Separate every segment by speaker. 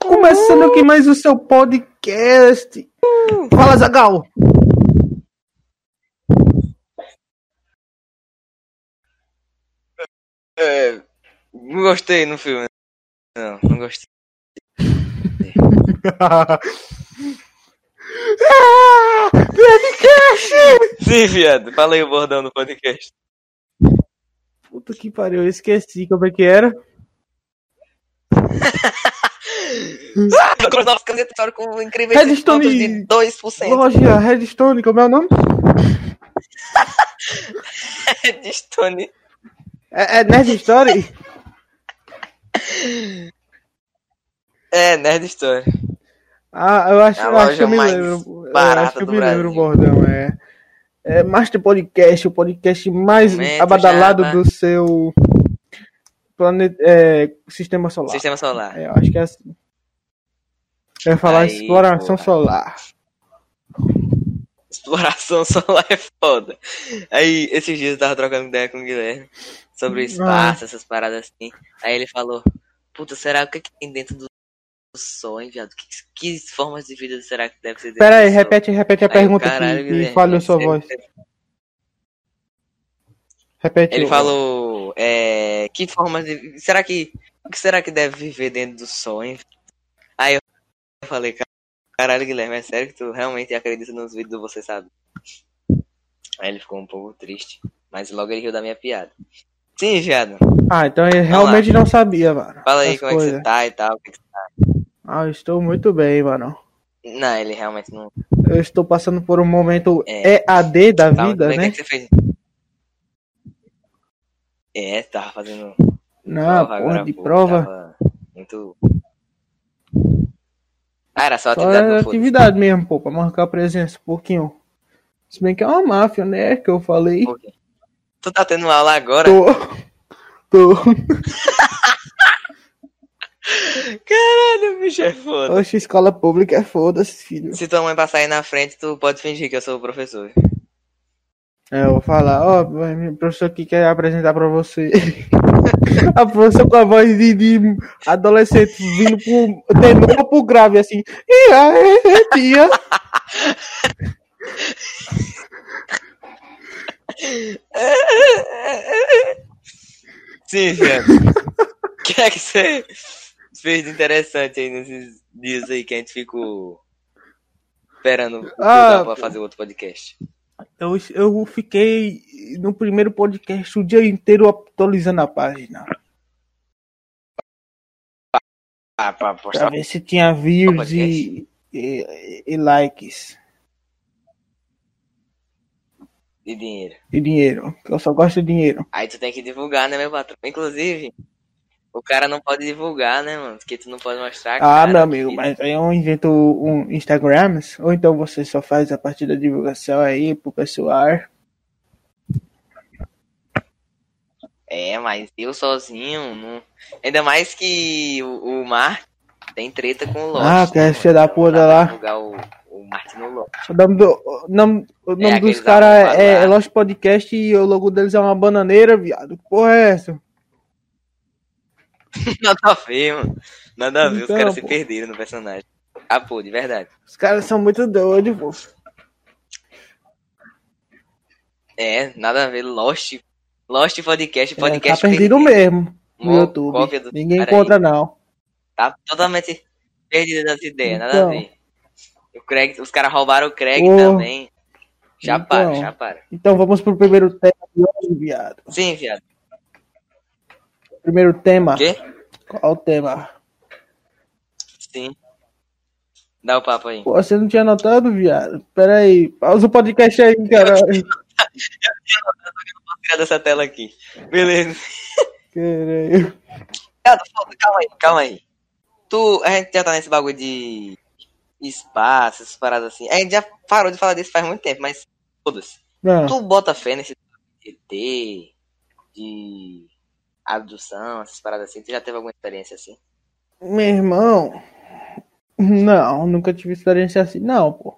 Speaker 1: Começando aqui mais o seu podcast. Fala, Zagal.
Speaker 2: É, não gostei no filme. Não, não gostei.
Speaker 1: podcast!
Speaker 2: Sim, viado. Falei o bordão do podcast.
Speaker 1: Puta que pariu, eu esqueci como é que era.
Speaker 2: Ah, Com os novos candidatos com incríveis
Speaker 1: Redstone-
Speaker 2: descontos de 2%.
Speaker 1: Loja Redstone, como é o nome?
Speaker 2: Redstone.
Speaker 1: É, é Nerd Story?
Speaker 2: É, Nerd Story.
Speaker 1: Ah, eu acho,
Speaker 2: É a
Speaker 1: eu acho que eu
Speaker 2: loja
Speaker 1: me
Speaker 2: mais
Speaker 1: lembro. Eu
Speaker 2: barata
Speaker 1: acho que eu
Speaker 2: do
Speaker 1: me lembro o
Speaker 2: Brasil.
Speaker 1: bordão, é. É Master Podcast, o podcast mais
Speaker 2: Momento,
Speaker 1: abadalado
Speaker 2: Java.
Speaker 1: do seu planeta, é, sistema solar.
Speaker 2: Sistema solar.
Speaker 1: É, eu acho que é assim. Eu ia falar
Speaker 2: Aí,
Speaker 1: exploração
Speaker 2: porra.
Speaker 1: solar.
Speaker 2: Exploração solar é foda. Aí, esses dias eu tava trocando ideia com o Guilherme sobre o
Speaker 1: Ah.
Speaker 2: espaço, essas paradas assim. Aí ele falou: Puta, será o que, que tem dentro do sol, hein, viado? Que, que formas de vida será que deve ser dentro
Speaker 1: Pera aí,
Speaker 2: do sol?
Speaker 1: repete, repete a
Speaker 2: Aí eu,
Speaker 1: pergunta
Speaker 2: "Caralho,
Speaker 1: que, que
Speaker 2: Guilherme,
Speaker 1: falhou sua
Speaker 2: você-
Speaker 1: voz. Repete. um.
Speaker 2: Ele falou, é, que formas de... Será que... O que será que deve viver dentro do sonho? Aí eu eu falei, "Ca- caralho, Guilherme, é sério que tu realmente acredita nos vídeos do Você Sabe? Aí ele ficou um pouco triste, mas logo ele riu da minha piada. Sim, viado.
Speaker 1: Ah, então ele realmente não sabia, mano.
Speaker 2: Fala aí
Speaker 1: essas
Speaker 2: como é que
Speaker 1: coisas.
Speaker 2: você tá e tal. que que-
Speaker 1: Ah, eu estou muito bem, mano.
Speaker 2: Não, ele realmente não...
Speaker 1: Eu estou passando por um momento
Speaker 2: É.
Speaker 1: EAD da
Speaker 2: Tava
Speaker 1: vida,
Speaker 2: bem,
Speaker 1: né?
Speaker 2: O que, é que você fez? É, tava fazendo
Speaker 1: Não,
Speaker 2: prova
Speaker 1: Ah, porra
Speaker 2: agora,
Speaker 1: de
Speaker 2: pô,
Speaker 1: prova.
Speaker 2: tava muito... Ah, era só
Speaker 1: Só
Speaker 2: atividade
Speaker 1: é
Speaker 2: do foda.
Speaker 1: atividade mesmo, pô, pra marcar a presença um pouquinho. Se bem que é uma máfia, né? Que eu falei.
Speaker 2: Pô, Tu tá tendo aula agora?
Speaker 1: Tô. Tô.
Speaker 2: Caralho, bicho é foda.
Speaker 1: Oxe, escola pública é foda-se, filho.
Speaker 2: Se tua mãe passar aí na frente, tu pode fingir que eu sou o professor.
Speaker 1: É, eu vou falar, ó, o professor que quer apresentar pra você. a professora com a voz de, de adolescente vindo pro tenor pro grave, assim. E aí, tia?
Speaker 2: Sim, viado. O que é que você fez de interessante aí nesses dias aí que a gente ficou esperando
Speaker 1: Ah,
Speaker 2: ah, pra fazer outro podcast?
Speaker 1: Eu, eu fiquei no primeiro podcast o dia inteiro atualizando a página.
Speaker 2: Ah,
Speaker 1: Pra
Speaker 2: pra postar.
Speaker 1: ver se tinha views e,
Speaker 2: podcast?
Speaker 1: e- e likes
Speaker 2: De dinheiro.
Speaker 1: e dinheiro. que Eu só gosto de dinheiro.
Speaker 2: Aí tu tem que divulgar, né, meu patrão? Inclusive, o cara não pode divulgar, né, mano? Porque tu não pode mostrar.
Speaker 1: Ah,
Speaker 2: cara,
Speaker 1: meu amigo,
Speaker 2: que-
Speaker 1: mas aí eu invento um Instagram, ou então você só faz a partir da divulgação aí pro pessoal.
Speaker 2: É, mas eu sozinho, não... ainda mais que o, o Marte tem treta com o Lost.
Speaker 1: Ah, que é
Speaker 2: né,
Speaker 1: filho da
Speaker 2: mano? Então
Speaker 1: puta
Speaker 2: dá pra
Speaker 1: lá.
Speaker 2: divulgar O, o Marte no Lost.
Speaker 1: O nome, do, o nome, o nome dos
Speaker 2: aqueles
Speaker 1: caras
Speaker 2: arrombados
Speaker 1: é,
Speaker 2: lá.
Speaker 1: é Lost Podcast e o logo deles é uma bananeira, viado. Que porra é essa?
Speaker 2: Nada a ver, mano. Nada a ver,
Speaker 1: Então,
Speaker 2: os caras se
Speaker 1: pô.
Speaker 2: perderam no personagem. Ah, pô, de verdade.
Speaker 1: Os caras são muito doidos, pô.
Speaker 2: É, nada a ver, Lost. Lost Podcast,
Speaker 1: É, tá
Speaker 2: podcast
Speaker 1: perdido mesmo no
Speaker 2: Mó
Speaker 1: YouTube.
Speaker 2: cópia é do
Speaker 1: Ninguém
Speaker 2: cara
Speaker 1: encontra, não.
Speaker 2: Tá totalmente perdido das ideias, nada
Speaker 1: Então.
Speaker 2: a ver. O Craig, os caras roubaram o Craig
Speaker 1: Pô.
Speaker 2: também. Já
Speaker 1: Então.
Speaker 2: para, já para.
Speaker 1: Então vamos pro primeiro tema de hoje, viado.
Speaker 2: Sim, viado.
Speaker 1: Primeiro tema.
Speaker 2: O quê?
Speaker 1: Qual o tema?
Speaker 2: Sim. Dá o papo aí.
Speaker 1: Pô, você não tinha anotado, viado? Pera aí. Pausa o podcast aí, caralho.
Speaker 2: Tirar dessa tela aqui. Beleza.
Speaker 1: Caralho.
Speaker 2: Cara, foda, calma aí, calma aí. Tu, a gente já tá nesse bagulho de espaço, essas paradas assim. A gente já parou de falar disso faz muito tempo, mas foda-se.
Speaker 1: Não.
Speaker 2: Tu bota fé nesse ET, de abdução, essas paradas assim. Tu já teve alguma experiência assim?
Speaker 1: Meu irmão, não, nunca tive experiência assim, não, pô.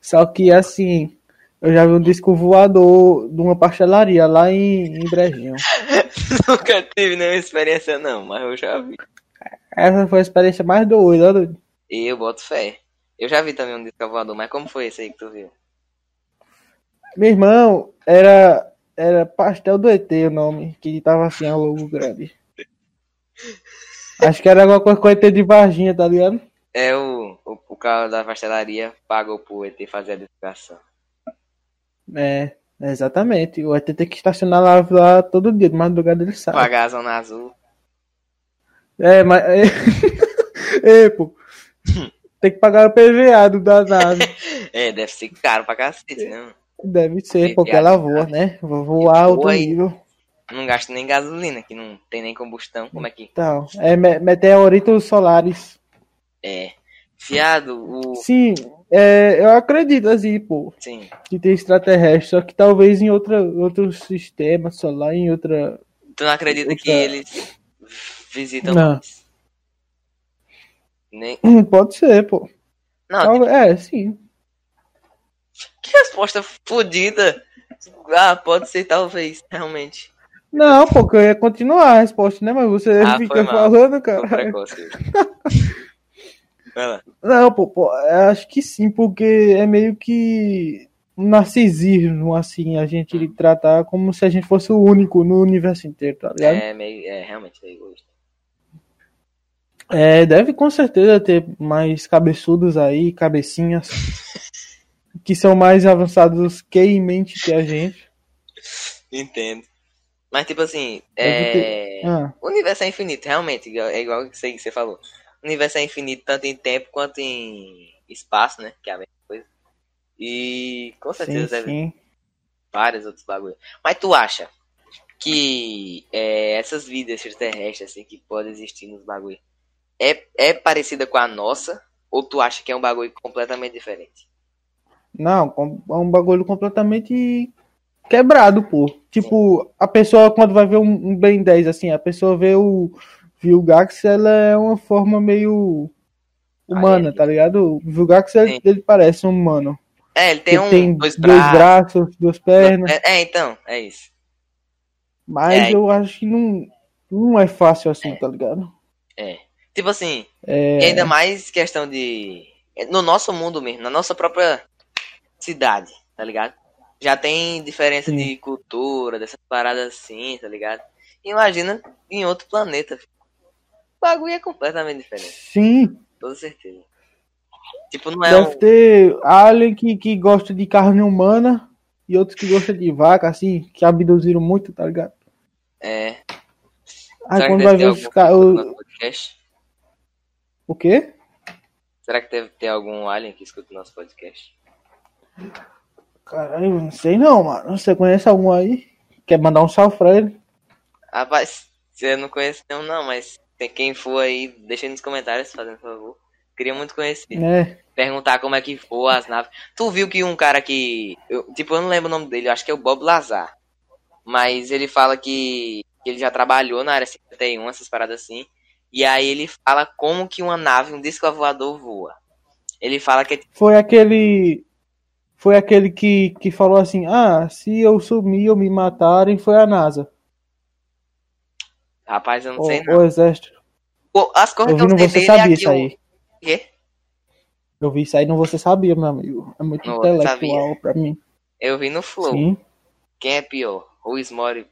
Speaker 1: Só que assim, eu já vi um disco voador de uma pastelaria lá em, em Brejinho.
Speaker 2: Nunca tive nenhuma experiência não, mas eu já vi.
Speaker 1: Essa foi a experiência mais doida, ó, doido.
Speaker 2: E eu boto fé. Eu já vi também um disco voador, mas como foi esse aí que tu viu?
Speaker 1: Meu irmão, era, era Pastel do ET o nome, que tava assim, a logo grande. Acho que era alguma coisa com ET de Varginha, tá ligado?
Speaker 2: É o, o, o cara da pastelaria pagou pro ET fazer a divulgação.
Speaker 1: É, exatamente. O ET tem que estacionar lá, lá todo dia, de madrugada ele sai.
Speaker 2: Pagar a zona azul.
Speaker 1: É, mas. É, pô. Tem que pagar o PVA do danado.
Speaker 2: É, deve ser caro pra cacete, né? mano?
Speaker 1: Deve ser,
Speaker 2: PVA,
Speaker 1: porque ela voa, né? Vou voar alto
Speaker 2: Voa aí.
Speaker 1: nível.
Speaker 2: Não gasta nem gasolina, que não tem nem combustão. Como é que.
Speaker 1: Então, é me- meteoritos solares.
Speaker 2: É. Fiado, o.
Speaker 1: Sim, é, eu acredito assim, pô,
Speaker 2: Sim.
Speaker 1: que tem extraterrestre, só que talvez em outra, outro sistema solar, em outra.
Speaker 2: Tu não acredita que
Speaker 1: Outra-
Speaker 2: eles visitam.
Speaker 1: Não. Hum,
Speaker 2: nós? Nem...
Speaker 1: Pode ser, pô.
Speaker 2: Não,
Speaker 1: Talvez- É, sim.
Speaker 2: que resposta fodida. Ah, pode ser, talvez, realmente.
Speaker 1: Não, pô, que eu ia continuar a resposta, né? Mas você
Speaker 2: Ah, foi
Speaker 1: fica
Speaker 2: mal.
Speaker 1: falando,
Speaker 2: Tô
Speaker 1: cara.
Speaker 2: precoce. Vai lá.
Speaker 1: Não, pô, pô, eu acho que sim, porque é meio que um narcisismo, assim, a gente tratar como se a gente fosse o único no universo inteiro, tá ligado?
Speaker 2: É, meio, é realmente é egoísta.
Speaker 1: É, deve com certeza ter mais cabeçudos aí, cabecinhas, que são mais avançados que em mente que a gente.
Speaker 2: Entendo. Mas, tipo assim,
Speaker 1: Deve
Speaker 2: é...
Speaker 1: Ah,
Speaker 2: o universo é infinito, realmente. É igual que você que você falou. O universo é infinito tanto em tempo quanto em espaço, né? Que é a mesma coisa. E com certeza
Speaker 1: sim,
Speaker 2: deve
Speaker 1: sim.
Speaker 2: vários outros bagulhos. Mas tu acha que é, essas vidas extraterrestres assim, que podem existir nos bagulhos é, é parecida com a nossa? Ou tu acha que é um bagulho completamente diferente?
Speaker 1: Não, com- é um bagulho completamente quebrado, pô. Tipo, a pessoa quando vai ver um, um Ben 10, assim, a pessoa vê o, vê o Gax, ela é uma forma meio humana,
Speaker 2: Ah, é.
Speaker 1: tá ligado? O Vilgax, ele,
Speaker 2: Sim.
Speaker 1: ele parece um humano.
Speaker 2: É, ele tem
Speaker 1: Ele
Speaker 2: um,
Speaker 1: tem
Speaker 2: dois
Speaker 1: dois
Speaker 2: braços.
Speaker 1: braços, duas pernas.
Speaker 2: É, é, então, é isso.
Speaker 1: Mas
Speaker 2: É.
Speaker 1: eu acho que não, não é fácil assim, tá ligado?
Speaker 2: Tipo assim,
Speaker 1: É,
Speaker 2: e ainda mais questão de. No nosso mundo mesmo, na nossa própria cidade, tá ligado? Já tem diferença
Speaker 1: Sim.
Speaker 2: de cultura, dessas paradas assim, tá ligado? Imagina em outro planeta. filho. O bagulho é completamente diferente.
Speaker 1: sim,
Speaker 2: Com certeza. Tipo, não é
Speaker 1: deve
Speaker 2: um...
Speaker 1: ter alien que, que gosta de carne humana e outros que gostam de vaca, assim, que abduziram muito, tá ligado?
Speaker 2: É.
Speaker 1: Aí
Speaker 2: Será
Speaker 1: Ah, quando
Speaker 2: que
Speaker 1: vai
Speaker 2: deve
Speaker 1: ver
Speaker 2: ter
Speaker 1: os
Speaker 2: algum
Speaker 1: caras.
Speaker 2: escutando nosso podcast?
Speaker 1: O quê?
Speaker 2: Será que deve ter algum alien que escuta o nosso podcast?
Speaker 1: Caralho, eu não sei não, mano. Você conhece algum aí? Quer mandar um salve pra ele?
Speaker 2: Rapaz, eu Ah, não conheço nenhum não, mas tem quem for aí, deixa aí nos comentários, fazendo favor. Queria muito conhecer.
Speaker 1: É.
Speaker 2: Perguntar como é que voa as naves. Tu viu que um cara que... eu- tipo, eu não lembro o nome dele, eu acho que é o Bob Lazar. Mas ele fala que que ele já trabalhou na área 51, essas paradas assim. E aí ele fala como que uma nave, um disco voador voa. Ele fala que é
Speaker 1: Foi aquele. Foi aquele que, que falou assim: ah, se eu sumir ou me matarem, foi a NASA.
Speaker 2: Rapaz, eu não
Speaker 1: Ou
Speaker 2: sei não.
Speaker 1: ou o exército.
Speaker 2: Pô, As coisas que eu
Speaker 1: Ouvindo
Speaker 2: sei
Speaker 1: você
Speaker 2: dele é
Speaker 1: sabia isso
Speaker 2: aquilo.
Speaker 1: aí.
Speaker 2: Quê?
Speaker 1: Eu vi isso aí, não você sabia, meu amigo. É muito
Speaker 2: Não, você
Speaker 1: intelectual pra mim.
Speaker 2: Eu vi no Flow.
Speaker 1: Sim.
Speaker 2: Quem é pior? Ruiz Mori.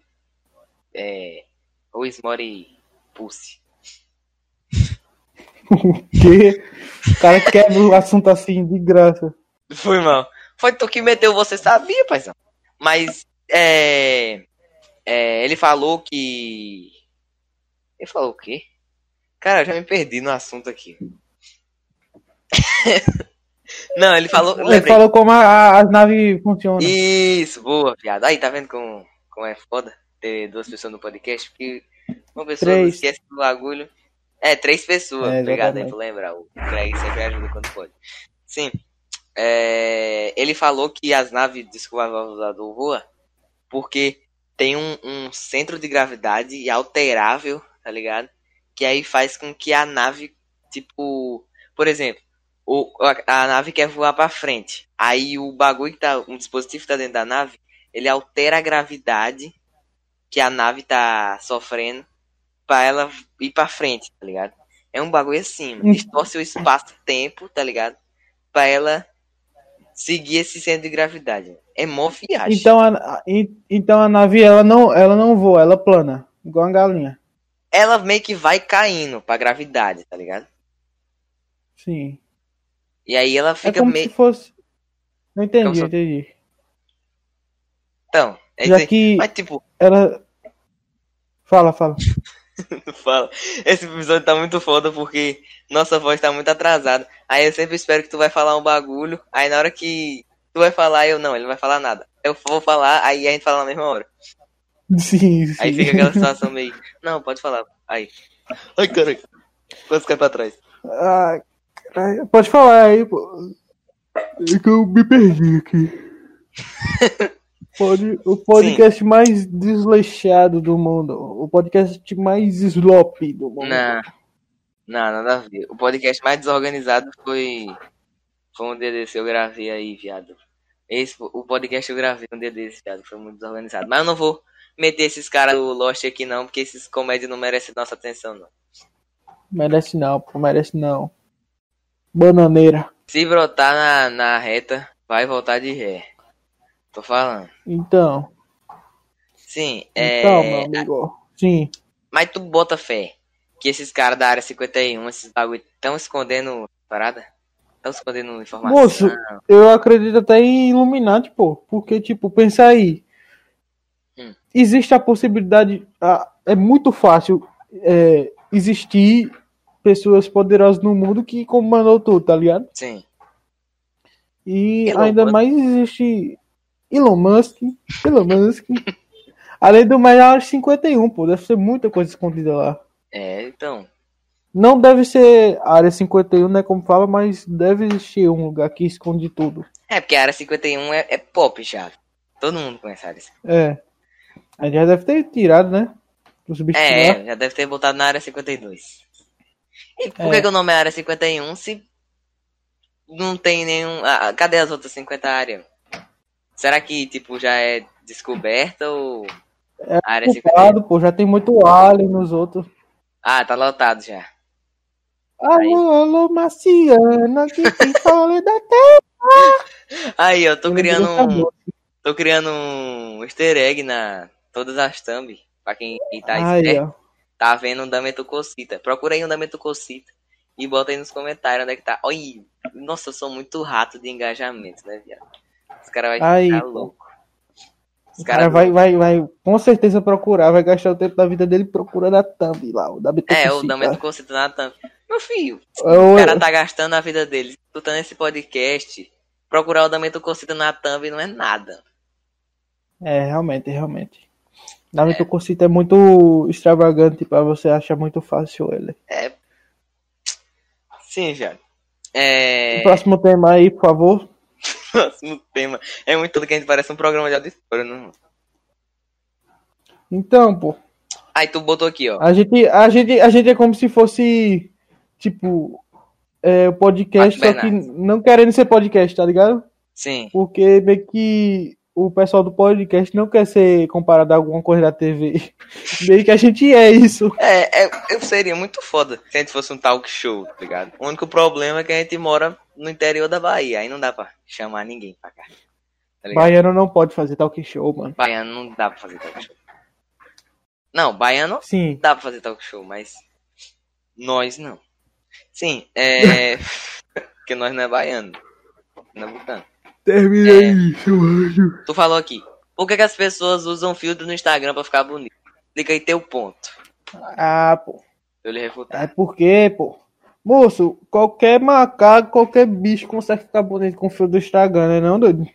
Speaker 2: É. Ruiz Mori Pulse.
Speaker 1: O quê? O cara quebra o assunto assim, de graça.
Speaker 2: Foi mal. Foi tu que meteu, você sabia, paizão. Mas, é. é, ele falou que. Ele falou o quê? Cara, eu já me perdi no assunto aqui. não, ele falou.
Speaker 1: Ele
Speaker 2: Lembrei.
Speaker 1: falou como a- a- as naves funcionam.
Speaker 2: Isso, boa, viado. Aí, tá vendo como, como é foda ter duas pessoas no podcast? Porque uma pessoa não
Speaker 1: Três.
Speaker 2: esquece do bagulho. É, três pessoas.
Speaker 1: É,
Speaker 2: Obrigado aí
Speaker 1: exatamente.
Speaker 2: por lembrar. O Craig sempre ajuda quando pode. Sim. É, ele falou que as naves descobriram lá do rua porque tem um, um centro de gravidade alterável, tá ligado? Que aí faz com que a nave, tipo, por exemplo, o, a, a nave quer voar pra frente. Aí o bagulho que tá, um dispositivo que tá dentro da nave, ele altera a gravidade que a nave tá sofrendo pra ela ir pra frente, tá ligado? É um bagulho assim, mano. distorce o espaço-tempo, tá ligado? Pra ela seguir esse centro de gravidade. É mó viagem.
Speaker 1: Então a, a- en- então a nave ela não, ela não voa, ela plana, igual uma galinha.
Speaker 2: Ela meio que vai caindo pra gravidade, tá ligado?
Speaker 1: Sim.
Speaker 2: E aí ela fica
Speaker 1: é como
Speaker 2: meio.
Speaker 1: se fosse. Não
Speaker 2: Como
Speaker 1: entendi,
Speaker 2: se-
Speaker 1: entendi.
Speaker 2: Então, é isso
Speaker 1: Já
Speaker 2: aí.
Speaker 1: que
Speaker 2: Mas tipo,
Speaker 1: ela. Fala, fala.
Speaker 2: tu fala, esse episódio tá muito foda porque nossa voz tá muito atrasada. Aí eu sempre espero que tu vai falar um bagulho. Aí na hora que tu vai falar, eu não, ele não vai falar nada. Eu vou falar, aí a gente fala na mesma hora.
Speaker 1: Sim, sim.
Speaker 2: Aí fica aquela situação meio. Não, pode falar. Aí. Ai, caralho. Quantos cai pra trás?
Speaker 1: Ah, caralho. Pode falar aí, pô. É que eu me perdi aqui. Pode, o podcast mais desleixado do mundo. O podcast mais slop do mundo.
Speaker 2: Não. Não, nada a ver. O podcast mais desorganizado foi. Foi um dia desse, eu gravei aí, viado. Esse, fo- o podcast que eu gravei um dia desse, viado. Foi muito desorganizado. Mas eu não vou meter esses caras do Lost aqui, não, porque esses comédias não merecem nossa atenção, não.
Speaker 1: Merece não, pô, merece não. Bananeira.
Speaker 2: Se brotar na, na reta, vai voltar de ré. Tô falando.
Speaker 1: Então,
Speaker 2: Sim, é.
Speaker 1: então, meu amigo. Sim.
Speaker 2: Mas tu bota fé que esses caras da área 51, esses bagulho, estão escondendo parada? Estão escondendo informação?
Speaker 1: Moço, eu acredito até em Illuminati, pô. Porque, tipo, pensa aí.
Speaker 2: Hum.
Speaker 1: Existe a possibilidade. a- é muito fácil é, existir pessoas poderosas no mundo que comandam tudo, tá ligado?
Speaker 2: Sim.
Speaker 1: E
Speaker 2: Elon
Speaker 1: ainda
Speaker 2: Musk.
Speaker 1: mais existe Elon Musk. Elon Musk. Além do mais, a área 51, pô. Deve ser muita coisa escondida lá.
Speaker 2: É, então.
Speaker 1: Não deve ser a área 51, né? Como fala, mas deve existir um lugar que esconde tudo.
Speaker 2: É, porque a área 51 é, é pop já. Todo mundo conhece a área. 51.
Speaker 1: É. A gente já deve ter tirado, né? Pra substituir.
Speaker 2: É, é, já deve ter botado na área 52. E por
Speaker 1: É.
Speaker 2: que, que o nome é área 51 se não tem nenhum. Ah, ah, cadê as outras 50 áreas? Será que, tipo, já é descoberta ou.
Speaker 1: É,
Speaker 2: a área 51?
Speaker 1: Culpado, pô, já tem muito alien nos outros.
Speaker 2: Ah, tá lotado já. Aí.
Speaker 1: Alô, alô, Marciana, que quem fala é da
Speaker 2: Aí, eu tô
Speaker 1: Eu
Speaker 2: criando um.
Speaker 1: acabou.
Speaker 2: Tô criando um easter egg na todas as thumb. Pra quem, quem tá
Speaker 1: Aí,
Speaker 2: esperto,
Speaker 1: ó.
Speaker 2: tá vendo um Dameto Cocita. Procura aí um Dameto Cocita e bota aí nos comentários onde é que tá. Oi, nossa, eu sou muito rato de engajamento, né, viado? Os caras vão
Speaker 1: Aí,
Speaker 2: ficar
Speaker 1: pô.
Speaker 2: loucos. Os
Speaker 1: O cara
Speaker 2: caras
Speaker 1: vai, vai, vai, com certeza procurar, vai gastar o tempo da vida dele procurando a thumb lá, o da
Speaker 2: É, o
Speaker 1: Betocita.
Speaker 2: Dameto Cocita na thumb. Meu filho,
Speaker 1: É, o-
Speaker 2: o cara tá gastando a vida dele escutando esse podcast. Procurar o Dameto Cocita na thumb não é nada.
Speaker 1: é, realmente, realmente. Da Betocita é muito extravagante pra você achar muito fácil ele.
Speaker 2: É Sim, viado. É.
Speaker 1: O próximo tema aí, por favor.
Speaker 2: próximo tema. É muito tudo que a gente parece um programa de auditório, não?
Speaker 1: Então, pô.
Speaker 2: Aí tu botou aqui, ó.
Speaker 1: A gente, a gente, a gente é como se fosse, tipo, é, o podcast,
Speaker 2: Marcos
Speaker 1: só que não querendo ser podcast, tá ligado?
Speaker 2: Sim.
Speaker 1: Porque meio que o pessoal do podcast não quer ser comparado a alguma coisa da TV. meio que a gente é isso.
Speaker 2: É, é, eu seria muito foda se a gente fosse um talk show, tá ligado? O único problema é que a gente mora no interior da Bahia, aí não dá pra chamar ninguém pra cá. Tá ligado?
Speaker 1: Baiano não pode fazer talk show, mano.
Speaker 2: Baiano não dá pra fazer talk show. Não, baiano
Speaker 1: Sim.
Speaker 2: dá pra fazer talk show, mas nós não. Sim, é. Porque nós não é baiano. Não é butano.
Speaker 1: Termina
Speaker 2: É.
Speaker 1: isso, mano.
Speaker 2: Tu falou aqui. Por que, que as pessoas usam filtro no Instagram pra ficar bonito? Explica aí teu ponto.
Speaker 1: Ah, pô.
Speaker 2: Eu lhe refutar.
Speaker 1: É porque, pô. Moço, qualquer macaco, qualquer bicho consegue ficar bonito com o fio do Instagram, né não, doido?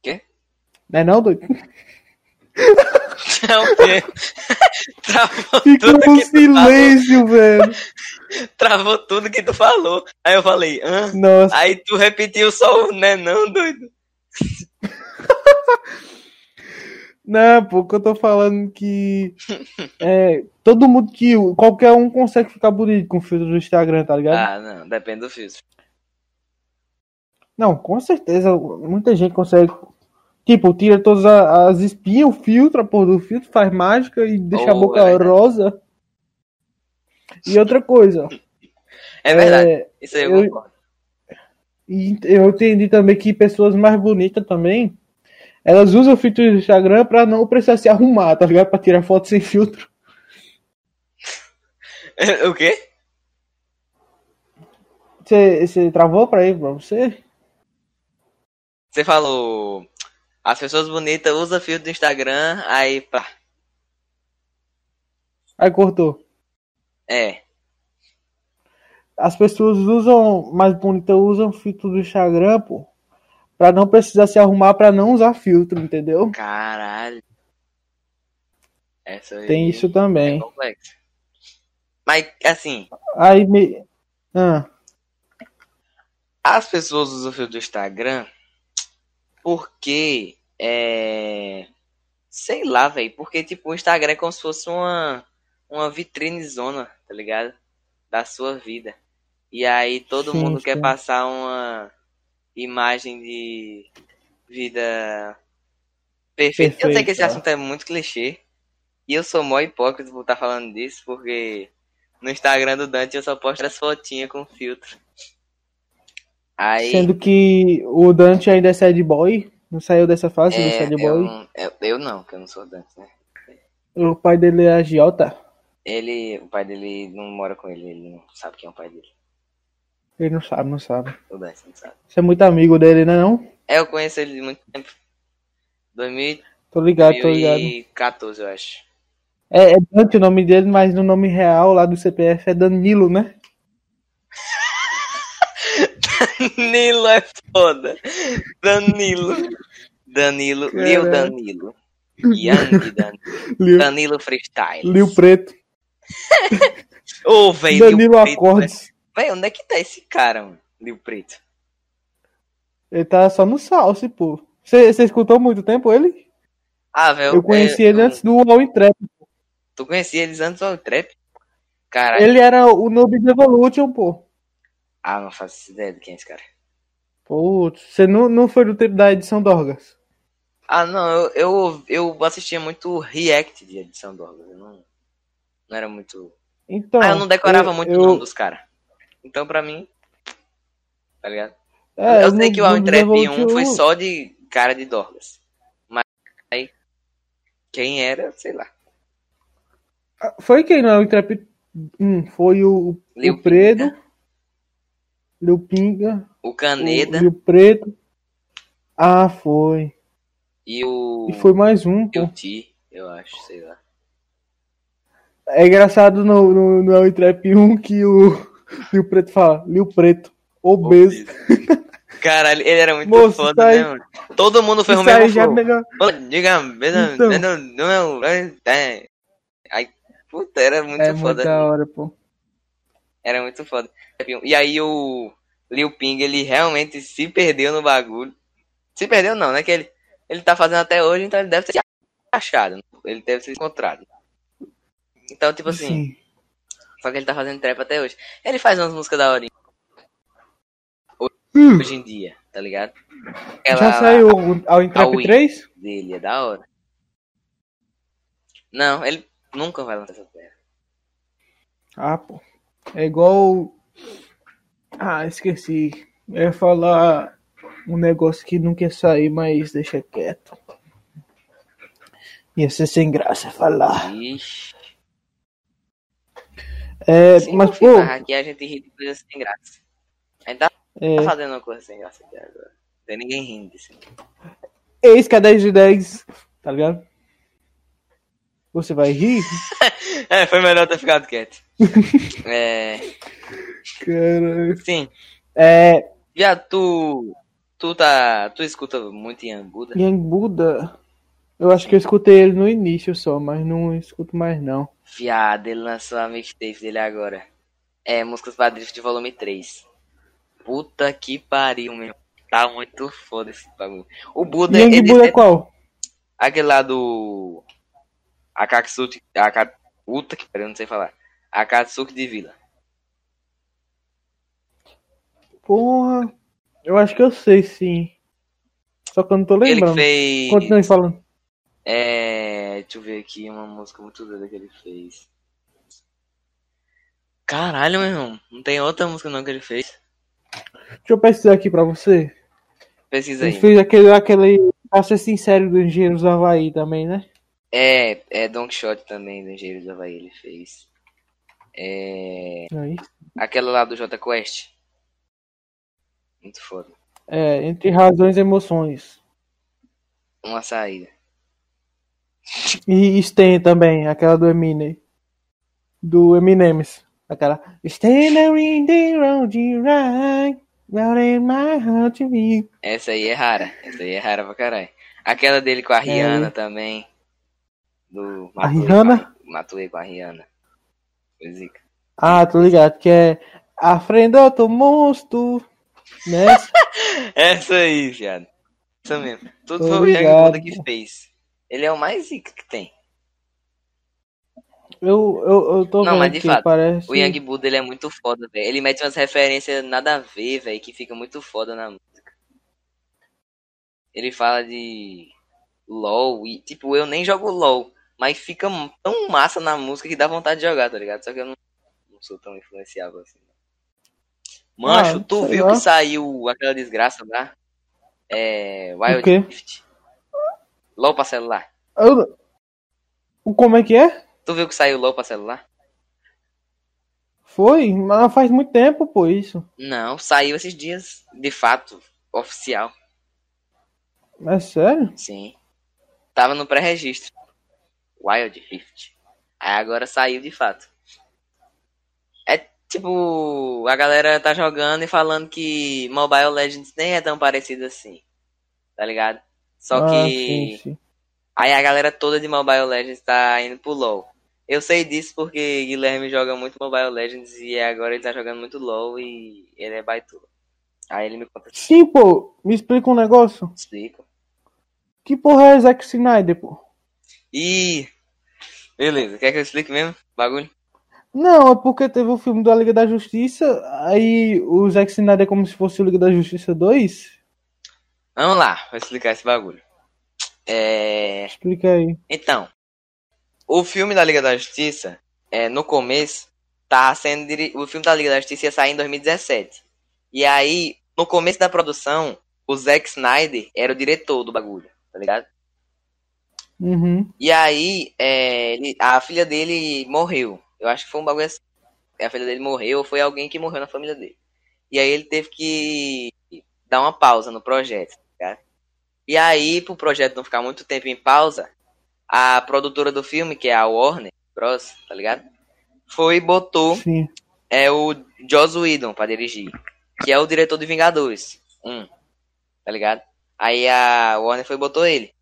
Speaker 2: Quê?
Speaker 1: Né não, doido?
Speaker 2: travou,
Speaker 1: Fica
Speaker 2: tudo
Speaker 1: um
Speaker 2: que tu falou,
Speaker 1: silêncio, velho.
Speaker 2: travou tudo que tu falou. Aí eu falei, hã?
Speaker 1: Nossa.
Speaker 2: Aí tu repetiu só o né não, doido.
Speaker 1: Não, pô, que eu tô falando que. É, todo mundo que. Qualquer um consegue ficar bonito com o filtro do Instagram, tá ligado?
Speaker 2: Ah, não, depende do filtro.
Speaker 1: Não, com certeza. Muita gente consegue Tipo, tira todas a- as espinhas, filtra, pô, do filtro, faz mágica e deixa a
Speaker 2: Oh,
Speaker 1: boca
Speaker 2: é verdade.
Speaker 1: rosa. E outra coisa.
Speaker 2: É verdade.
Speaker 1: é,
Speaker 2: Isso aí eu,
Speaker 1: eu-
Speaker 2: concordo.
Speaker 1: e eu entendi também que pessoas mais bonitas também, elas usam o filtro do Instagram pra não precisar se arrumar, tá ligado? Pra tirar foto sem filtro.
Speaker 2: o quê?
Speaker 1: Você você travou pra ir pra você?
Speaker 2: Você falou. As pessoas bonitas usam filtro do Instagram, aí pá.
Speaker 1: Aí cortou.
Speaker 2: É.
Speaker 1: As pessoas usam, mais bonitas usam um filtro do Instagram, pô, pra não precisar se arrumar, pra não usar filtro, entendeu?
Speaker 2: Caralho. Essa aí
Speaker 1: Tem isso
Speaker 2: é
Speaker 1: também.
Speaker 2: complexo. Mas, assim,
Speaker 1: Aí me. Ah,
Speaker 2: as pessoas usam o filtro do Instagram porque é. Sei lá, velho. Porque, tipo, o Instagram é como se fosse uma, uma vitrinezona, tá ligado? Da sua vida. E aí todo
Speaker 1: Sim,
Speaker 2: mundo quer
Speaker 1: sim.
Speaker 2: passar uma imagem de vida perfeita. Eu sei que esse
Speaker 1: Perfeita.
Speaker 2: assunto é muito clichê. E eu sou mó hipócrita por estar falando disso, porque no Instagram do Dante eu só posto as fotinhas com filtro. Aí.
Speaker 1: sendo que o Dante ainda é sad boy. Não saiu dessa fase do
Speaker 2: É,
Speaker 1: sad
Speaker 2: eu,
Speaker 1: boy.
Speaker 2: não- eu, eu não, que eu não sou Dante, né?
Speaker 1: O pai dele é agiota.
Speaker 2: Ele, o pai dele não mora com ele, ele não sabe quem é o pai dele.
Speaker 1: Ele não sabe, não sabe.
Speaker 2: O Dante não sabe.
Speaker 1: Você é muito amigo dele, né? Não?
Speaker 2: É, eu conheço ele de muito tempo. 2000,
Speaker 1: Tô ligado, tô ligado.
Speaker 2: 2014, eu acho.
Speaker 1: É, é Dante o nome dele, mas no nome real lá do CPF é Danilo, né?
Speaker 2: Danilo é foda. Danilo. Danilo. Lil
Speaker 1: Caralho.
Speaker 2: Danilo. Young Danilo.
Speaker 1: Lil,
Speaker 2: Danilo Freestyle.
Speaker 1: Lil Preto.
Speaker 2: Ô, velho. Lil
Speaker 1: Danilo
Speaker 2: Preto,
Speaker 1: Acordes.
Speaker 2: Véi, onde é que tá esse cara, mano? Lil Preto.
Speaker 1: Ele tá só no salse, pô. Você você escutou muito tempo ele?
Speaker 2: Ah, velho.
Speaker 1: Eu conheci
Speaker 2: é,
Speaker 1: ele
Speaker 2: eu-
Speaker 1: antes do All In Trap.
Speaker 2: Tu conhecia eles antes do Trap? Caralho.
Speaker 1: Ele era o Noobs Evolution, pô.
Speaker 2: Ah, não faço ideia de quem é esse cara.
Speaker 1: Putz, você não, não foi do tempo da edição Dorgas?
Speaker 2: Ah, não, eu, eu, eu assistia muito React de edição do Orgulho. Não, não era muito.
Speaker 1: Então.
Speaker 2: ah, eu não decorava
Speaker 1: eu-
Speaker 2: muito
Speaker 1: eu-
Speaker 2: o nome dos caras. Então, pra mim. Tá ligado?
Speaker 1: é,
Speaker 2: eu sei que o
Speaker 1: Noobs
Speaker 2: Altrap 1
Speaker 1: Evolution-
Speaker 2: foi só de cara de Dorgas. Mas aí. Quem era, sei lá.
Speaker 1: Foi quem não é o Trap? Hum, foi o,
Speaker 2: Lil
Speaker 1: o Predo. Lil Pinga.
Speaker 2: O
Speaker 1: o
Speaker 2: Caneda
Speaker 1: Lil Preto. Ah, foi.
Speaker 2: e o.
Speaker 1: E foi mais um,
Speaker 2: E
Speaker 1: pô.
Speaker 2: o Ti, eu acho, sei lá.
Speaker 1: É engraçado no, no, no El Trap 1 que o Lil Preto fala, Lil Preto, obeso.
Speaker 2: Caralho, ele era muito
Speaker 1: Moço,
Speaker 2: foda,
Speaker 1: sai-
Speaker 2: né, mano? Todo mundo fez o
Speaker 1: Isso aí
Speaker 2: mesmo
Speaker 1: já é
Speaker 2: flow.
Speaker 1: melhor.
Speaker 2: Mano, diga, não,
Speaker 1: Então.
Speaker 2: não, não, não, é. Ai, puta, era muito
Speaker 1: é muito
Speaker 2: foda. Tipo
Speaker 1: da hora, pô.
Speaker 2: Era muito foda. E aí o Liu Ping, ele realmente se perdeu no bagulho. Se perdeu não, né? Que ele, ele tá fazendo até hoje, então ele deve ter se achado. Ele deve ser encontrado. Então, tipo assim,
Speaker 1: Sim.
Speaker 2: só que ele tá fazendo trap até hoje. Ele faz umas músicas da hora
Speaker 1: Hum,
Speaker 2: hoje em dia, tá ligado?
Speaker 1: já
Speaker 2: Aquela-
Speaker 1: saiu o All In
Speaker 2: All
Speaker 1: Trap
Speaker 2: In.
Speaker 1: 3?
Speaker 2: dele, é da hora. Não, ele nunca vai lançar essa terra.
Speaker 1: Ah, pô. É igual. o- Ah, esqueci. Eu ia falar um negócio que não quer sair, mas deixa quieto. Ia ser sem graça falar.
Speaker 2: Ixi.
Speaker 1: É,
Speaker 2: Sim,
Speaker 1: mas,
Speaker 2: filho,
Speaker 1: pô.
Speaker 2: aqui a gente ri de coisa sem graça. A gente tá
Speaker 1: É,
Speaker 2: fazendo uma coisa sem graça aqui agora. Não tem ninguém rindo disso.
Speaker 1: eis que é 10 de 10, tá ligado? Você vai rir?
Speaker 2: É, foi melhor ter ficado quieto. é,
Speaker 1: Caralho.
Speaker 2: sim.
Speaker 1: É,
Speaker 2: Já tu. Tu tá. Tu escuta muito Yanguda.
Speaker 1: Yang Buda. Eu acho que eu escutei ele no início só, mas não escuto mais não.
Speaker 2: Viado, ele lançou a mixtape dele agora. É, Músicas pra Drift Volume 3. Puta que pariu, meu. Tá muito foda esse bagulho. O Buda,
Speaker 1: Yang
Speaker 2: ele,
Speaker 1: Buda é qual?
Speaker 2: Aquele lá do. Akatsuki. Aka- Puta que pariu, não sei falar. Akatsuki de Vila.
Speaker 1: Porra. Eu acho que eu sei sim. Só que eu não tô
Speaker 2: Ele que
Speaker 1: lembrando.
Speaker 2: fez.
Speaker 1: Continue falando.
Speaker 2: É. Deixa eu ver aqui uma música muito doida que ele fez. Caralho, meu irmão. Não tem outra música não que ele fez.
Speaker 1: Deixa eu pesquisar aqui pra você.
Speaker 2: Pesquisa
Speaker 1: Ele
Speaker 2: aí.
Speaker 1: fez aquele, aquele pra ser sincero do Engenheiros do Havaí também, né?
Speaker 2: É, é Don Shot também, do Engenheiro do Havaí, ele fez. É.
Speaker 1: Aí.
Speaker 2: Aquela lá do Jota Quest. Muito foda.
Speaker 1: É, entre razões e emoções.
Speaker 2: Uma saída.
Speaker 1: E Sten também, aquela do Eminem. Do Eminem. Aquela. Stand in the road you ride, round in my heart to be.
Speaker 2: Essa aí é rara. Essa aí é rara pra caralho. Aquela dele com a Rihanna também. Do
Speaker 1: É. A
Speaker 2: Matuê
Speaker 1: Rihanna?
Speaker 2: com a- Matuê com a Rihanna. Foi zica.
Speaker 1: Ah, tô ligado, que é. A frente do outro monstro. Né?
Speaker 2: Essa aí, viado. Essa mesmo. Tudo foi o Jack
Speaker 1: Obrigado.
Speaker 2: Buda que fez. Ele é o mais zica que tem.
Speaker 1: Eu, eu, eu tô
Speaker 2: Não,
Speaker 1: vendo
Speaker 2: mas de
Speaker 1: que
Speaker 2: fato,
Speaker 1: parece.
Speaker 2: O Young Buda, ele é muito foda, velho. Ele mete umas referências nada a ver, velho, que fica muito foda na música. Ele fala de LOL e, tipo, eu nem jogo LOL, mas fica m- tão massa na música que dá vontade de jogar, tá ligado? Só que eu não, não sou tão influenciável assim. não. Mancho,
Speaker 1: Ah,
Speaker 2: tu
Speaker 1: sei
Speaker 2: viu
Speaker 1: lá.
Speaker 2: que saiu aquela desgraça lá? É.
Speaker 1: O quê?
Speaker 2: Wild Rift. LOL pra celular.
Speaker 1: Eu- o Como é que é?
Speaker 2: Tu viu que saiu LOL pra celular?
Speaker 1: Foi? Mas faz muito tempo, pô, isso.
Speaker 2: Não, saiu esses dias, de fato, oficial.
Speaker 1: É sério?
Speaker 2: Sim. Tava no pré-registro. Wild Rift. Aí agora saiu de fato. É tipo, a galera tá jogando e falando que Mobile Legends nem é tão parecido assim. Tá ligado? Só
Speaker 1: Ah,
Speaker 2: que.
Speaker 1: sim, sim.
Speaker 2: Aí a galera toda de Mobile Legends tá indo pro LoL. Eu sei disso porque Guilherme joga muito Mobile Legends e agora ele tá jogando muito LoL e ele é baitola. Aí ele me conta,
Speaker 1: Sim, pô, me explica um negócio.
Speaker 2: explica.
Speaker 1: Que porra é Zack Snyder, pô?
Speaker 2: E. Beleza, quer que eu explique mesmo? o Bagulho?
Speaker 1: Não, é porque teve o filme da Liga da Justiça, aí o Zack Snyder é como se fosse o Liga da Justiça 2.
Speaker 2: Vamos lá, vou explicar esse bagulho. É...
Speaker 1: Explica aí.
Speaker 2: Então, o filme da Liga da Justiça, é, no começo, tá sendo diri- o filme da Liga da Justiça ia sair em 2017. E aí, no começo da produção, o Zack Snyder era o diretor do bagulho, tá ligado?
Speaker 1: Uhum.
Speaker 2: E aí, é, ele- a filha dele morreu. Eu acho que foi um bagulho assim. A filha dele morreu, ou foi alguém que morreu na família dele. E aí ele teve que dar uma pausa no projeto. tá ligado? E aí, pro projeto não ficar muito tempo em pausa, a produtora do filme, que é a Warner Bros, tá ligado? Foi e botou
Speaker 1: Sim.
Speaker 2: é o Joss Whedon pra dirigir, que é o diretor de Vingadores. Um, tá ligado? Aí a Warner foi e botou ele.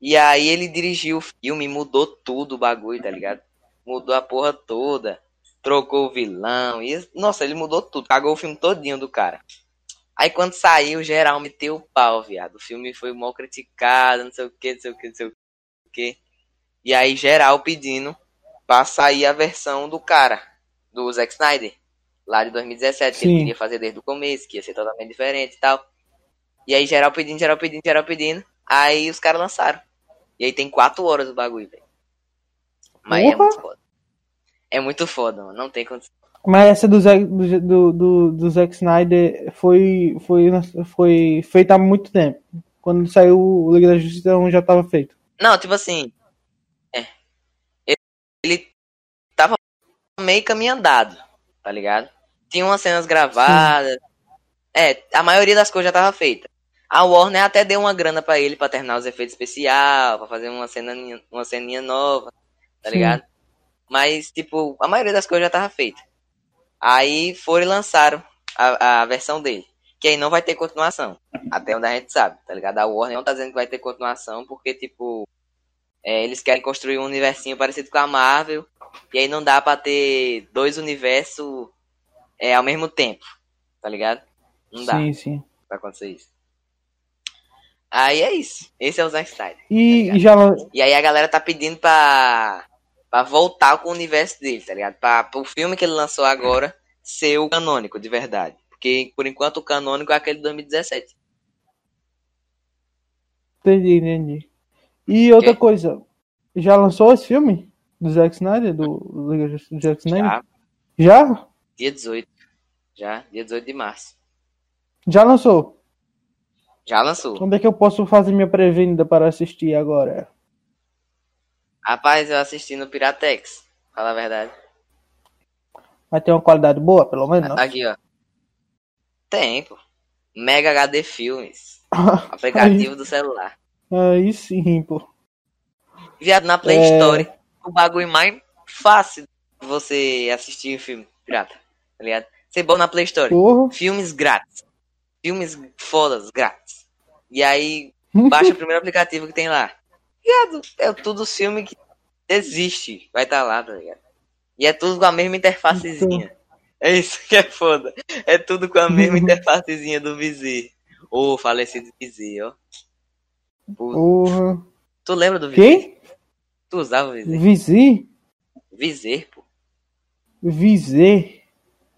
Speaker 2: E aí ele dirigiu o filme, mudou tudo o bagulho, tá ligado? Mudou a porra toda, trocou o vilão, e nossa, ele mudou tudo, cagou o filme todinho do cara. Aí quando saiu, geral meteu o pau, viado. O filme foi mal criticado, não sei o que, não sei o que, não sei o que. E aí geral pedindo pra sair a versão do cara, do Zack Snyder, lá de 2017, que ele
Speaker 1: Sim.
Speaker 2: queria fazer desde o começo, que ia ser totalmente diferente e tal. E aí geral pedindo, geral pedindo, geral pedindo. Aí os caras lançaram. E aí tem quatro horas o bagulho, velho. Mas é
Speaker 1: Porra!
Speaker 2: muito foda. É muito foda, mano. Não tem condição.
Speaker 1: Mas essa do Zack, do, do, do, do Zack Snyder foi, foi, foi feita há muito tempo. Quando saiu o Liga da Justiça 1 já tava feito.
Speaker 2: Não, tipo assim. É. Ele- Ele tava meio caminho andado, tá ligado? Tinha umas cenas gravadas. É, a maioria das coisas já tava feita. A Warner até deu uma grana pra ele pra terminar os efeitos especiais, pra fazer uma ceninha, uma ceninha nova, tá
Speaker 1: Sim.
Speaker 2: ligado? Mas, tipo, a maioria das coisas já tava feita. Aí foram e lançaram a, a versão dele. Que aí não vai ter continuação. Até onde a gente sabe, tá ligado? A Warner não tá dizendo que vai ter continuação, porque, tipo, é, eles querem construir um universinho parecido com a Marvel. E aí não dá pra ter dois universos é, ao mesmo tempo, tá ligado? Não dá
Speaker 1: Sim, sim.
Speaker 2: pra acontecer isso. Aí é isso. Esse é o Zack Snyder.
Speaker 1: E,
Speaker 2: Tá ligado.
Speaker 1: e já lan-
Speaker 2: E aí a galera tá pedindo pra, pra voltar com o universo dele, tá ligado? Pra, pro filme que ele lançou agora ser o canônico, de verdade. Porque, por enquanto, o canônico é aquele de 2017.
Speaker 1: Entendi, entendi. E outra
Speaker 2: Quê?
Speaker 1: coisa, já lançou esse filme? Do Zack Snyder? Do Liga da Justiça do Zack Snyder?
Speaker 2: Já,
Speaker 1: Já?
Speaker 2: dia 18. Já, dia 18 de março.
Speaker 1: Já lançou.
Speaker 2: Já lançou.
Speaker 1: Onde é que eu posso fazer minha pré-venda para assistir agora?
Speaker 2: Rapaz, eu assisti no Piratex. Fala a verdade.
Speaker 1: Vai ter uma qualidade boa, pelo menos?
Speaker 2: Aqui, ó. Tem, pô. Mega HD Filmes.
Speaker 1: aí,
Speaker 2: Aplicativo do celular.
Speaker 1: aí sim, pô.
Speaker 2: Viado na Play
Speaker 1: É.
Speaker 2: Store. O bagulho mais fácil de você assistir um filme pirata. Tá ligado? Você bota na Play Store.
Speaker 1: Porra.
Speaker 2: Filmes grátis. Filmes fodas grátis. E aí, baixa o primeiro aplicativo que tem lá. Viado, é tudo os filmes que existe. Vai estar lá, tá ligado? E é tudo com a mesma interfacezinha. É isso que é foda. É tudo com a mesma interfacezinha do Vizir. Ô, falecido Vizir, ó. Puta.
Speaker 1: Porra.
Speaker 2: Tu lembra do Vizir?
Speaker 1: Quem?
Speaker 2: Tu usava o Vizir?
Speaker 1: Vizir?
Speaker 2: Vizer, pô.
Speaker 1: Vizir?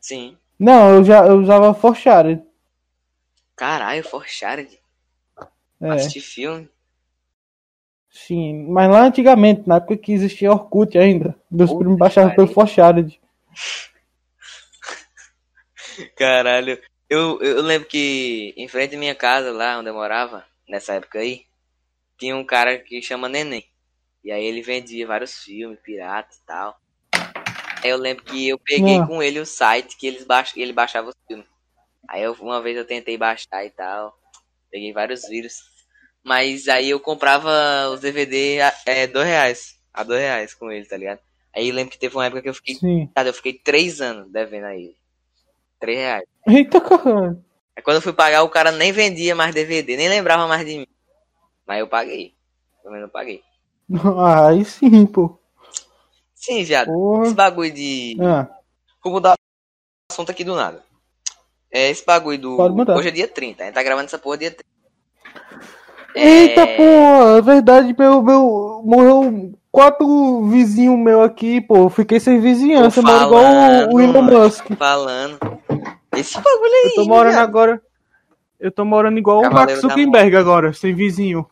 Speaker 2: Sim.
Speaker 1: Não, eu já eu usava Forchard.
Speaker 2: Caralho, Forchard.
Speaker 1: É,
Speaker 2: Assistir filme.
Speaker 1: sim. Mas lá antigamente, na época que existia Orkut ainda, meus
Speaker 2: Puta
Speaker 1: primos
Speaker 2: que
Speaker 1: baixavam pelo
Speaker 2: pariu.
Speaker 1: Forchard.
Speaker 2: Caralho. Eu, eu lembro que em frente à minha casa, lá onde eu morava, nessa época aí, tinha um cara que chama Neném. E aí ele vendia vários filmes, pirata e tal. Aí eu lembro que eu peguei
Speaker 1: Ah.
Speaker 2: com ele o site que eles baix... ele baixava os filmes. Aí eu, uma vez eu tentei baixar e tal. Peguei vários vírus. Mas aí eu comprava os DVD a é, dois reais. A dois reais com ele, tá ligado? Aí eu lembro que teve uma época que eu fiquei.
Speaker 1: Sim.
Speaker 2: Eu fiquei três anos devendo a ele. Três reais.
Speaker 1: Eita caralho.
Speaker 2: Aí quando eu fui pagar, o cara nem vendia mais DVD, nem lembrava mais de mim. Mas eu paguei. Pelo menos eu paguei.
Speaker 1: Ah, Aí sim, pô.
Speaker 2: Sim, viado. Esse
Speaker 1: Porra.
Speaker 2: bagulho de.
Speaker 1: Ah,
Speaker 2: Vou mudar o assunto aqui do nada. É esse bagulho do.
Speaker 1: Pode mudar.
Speaker 2: Hoje é dia 30. A gente tá gravando essa porra dia 30.
Speaker 1: Eita
Speaker 2: É.
Speaker 1: porra, é verdade, meu, meu. Morreu quatro vizinhos meu aqui, pô. Eu Fiquei sem vizinhança,
Speaker 2: Tô
Speaker 1: moro igual o- o
Speaker 2: falando,
Speaker 1: Elon
Speaker 2: mano.
Speaker 1: Musk.
Speaker 2: Falando. Esse bagulho aí.
Speaker 1: Eu tô morando
Speaker 2: viado.
Speaker 1: agora. Eu tô morando igual o Mark
Speaker 2: Cavaleiro da
Speaker 1: Zuckerberg agora, sem vizinho.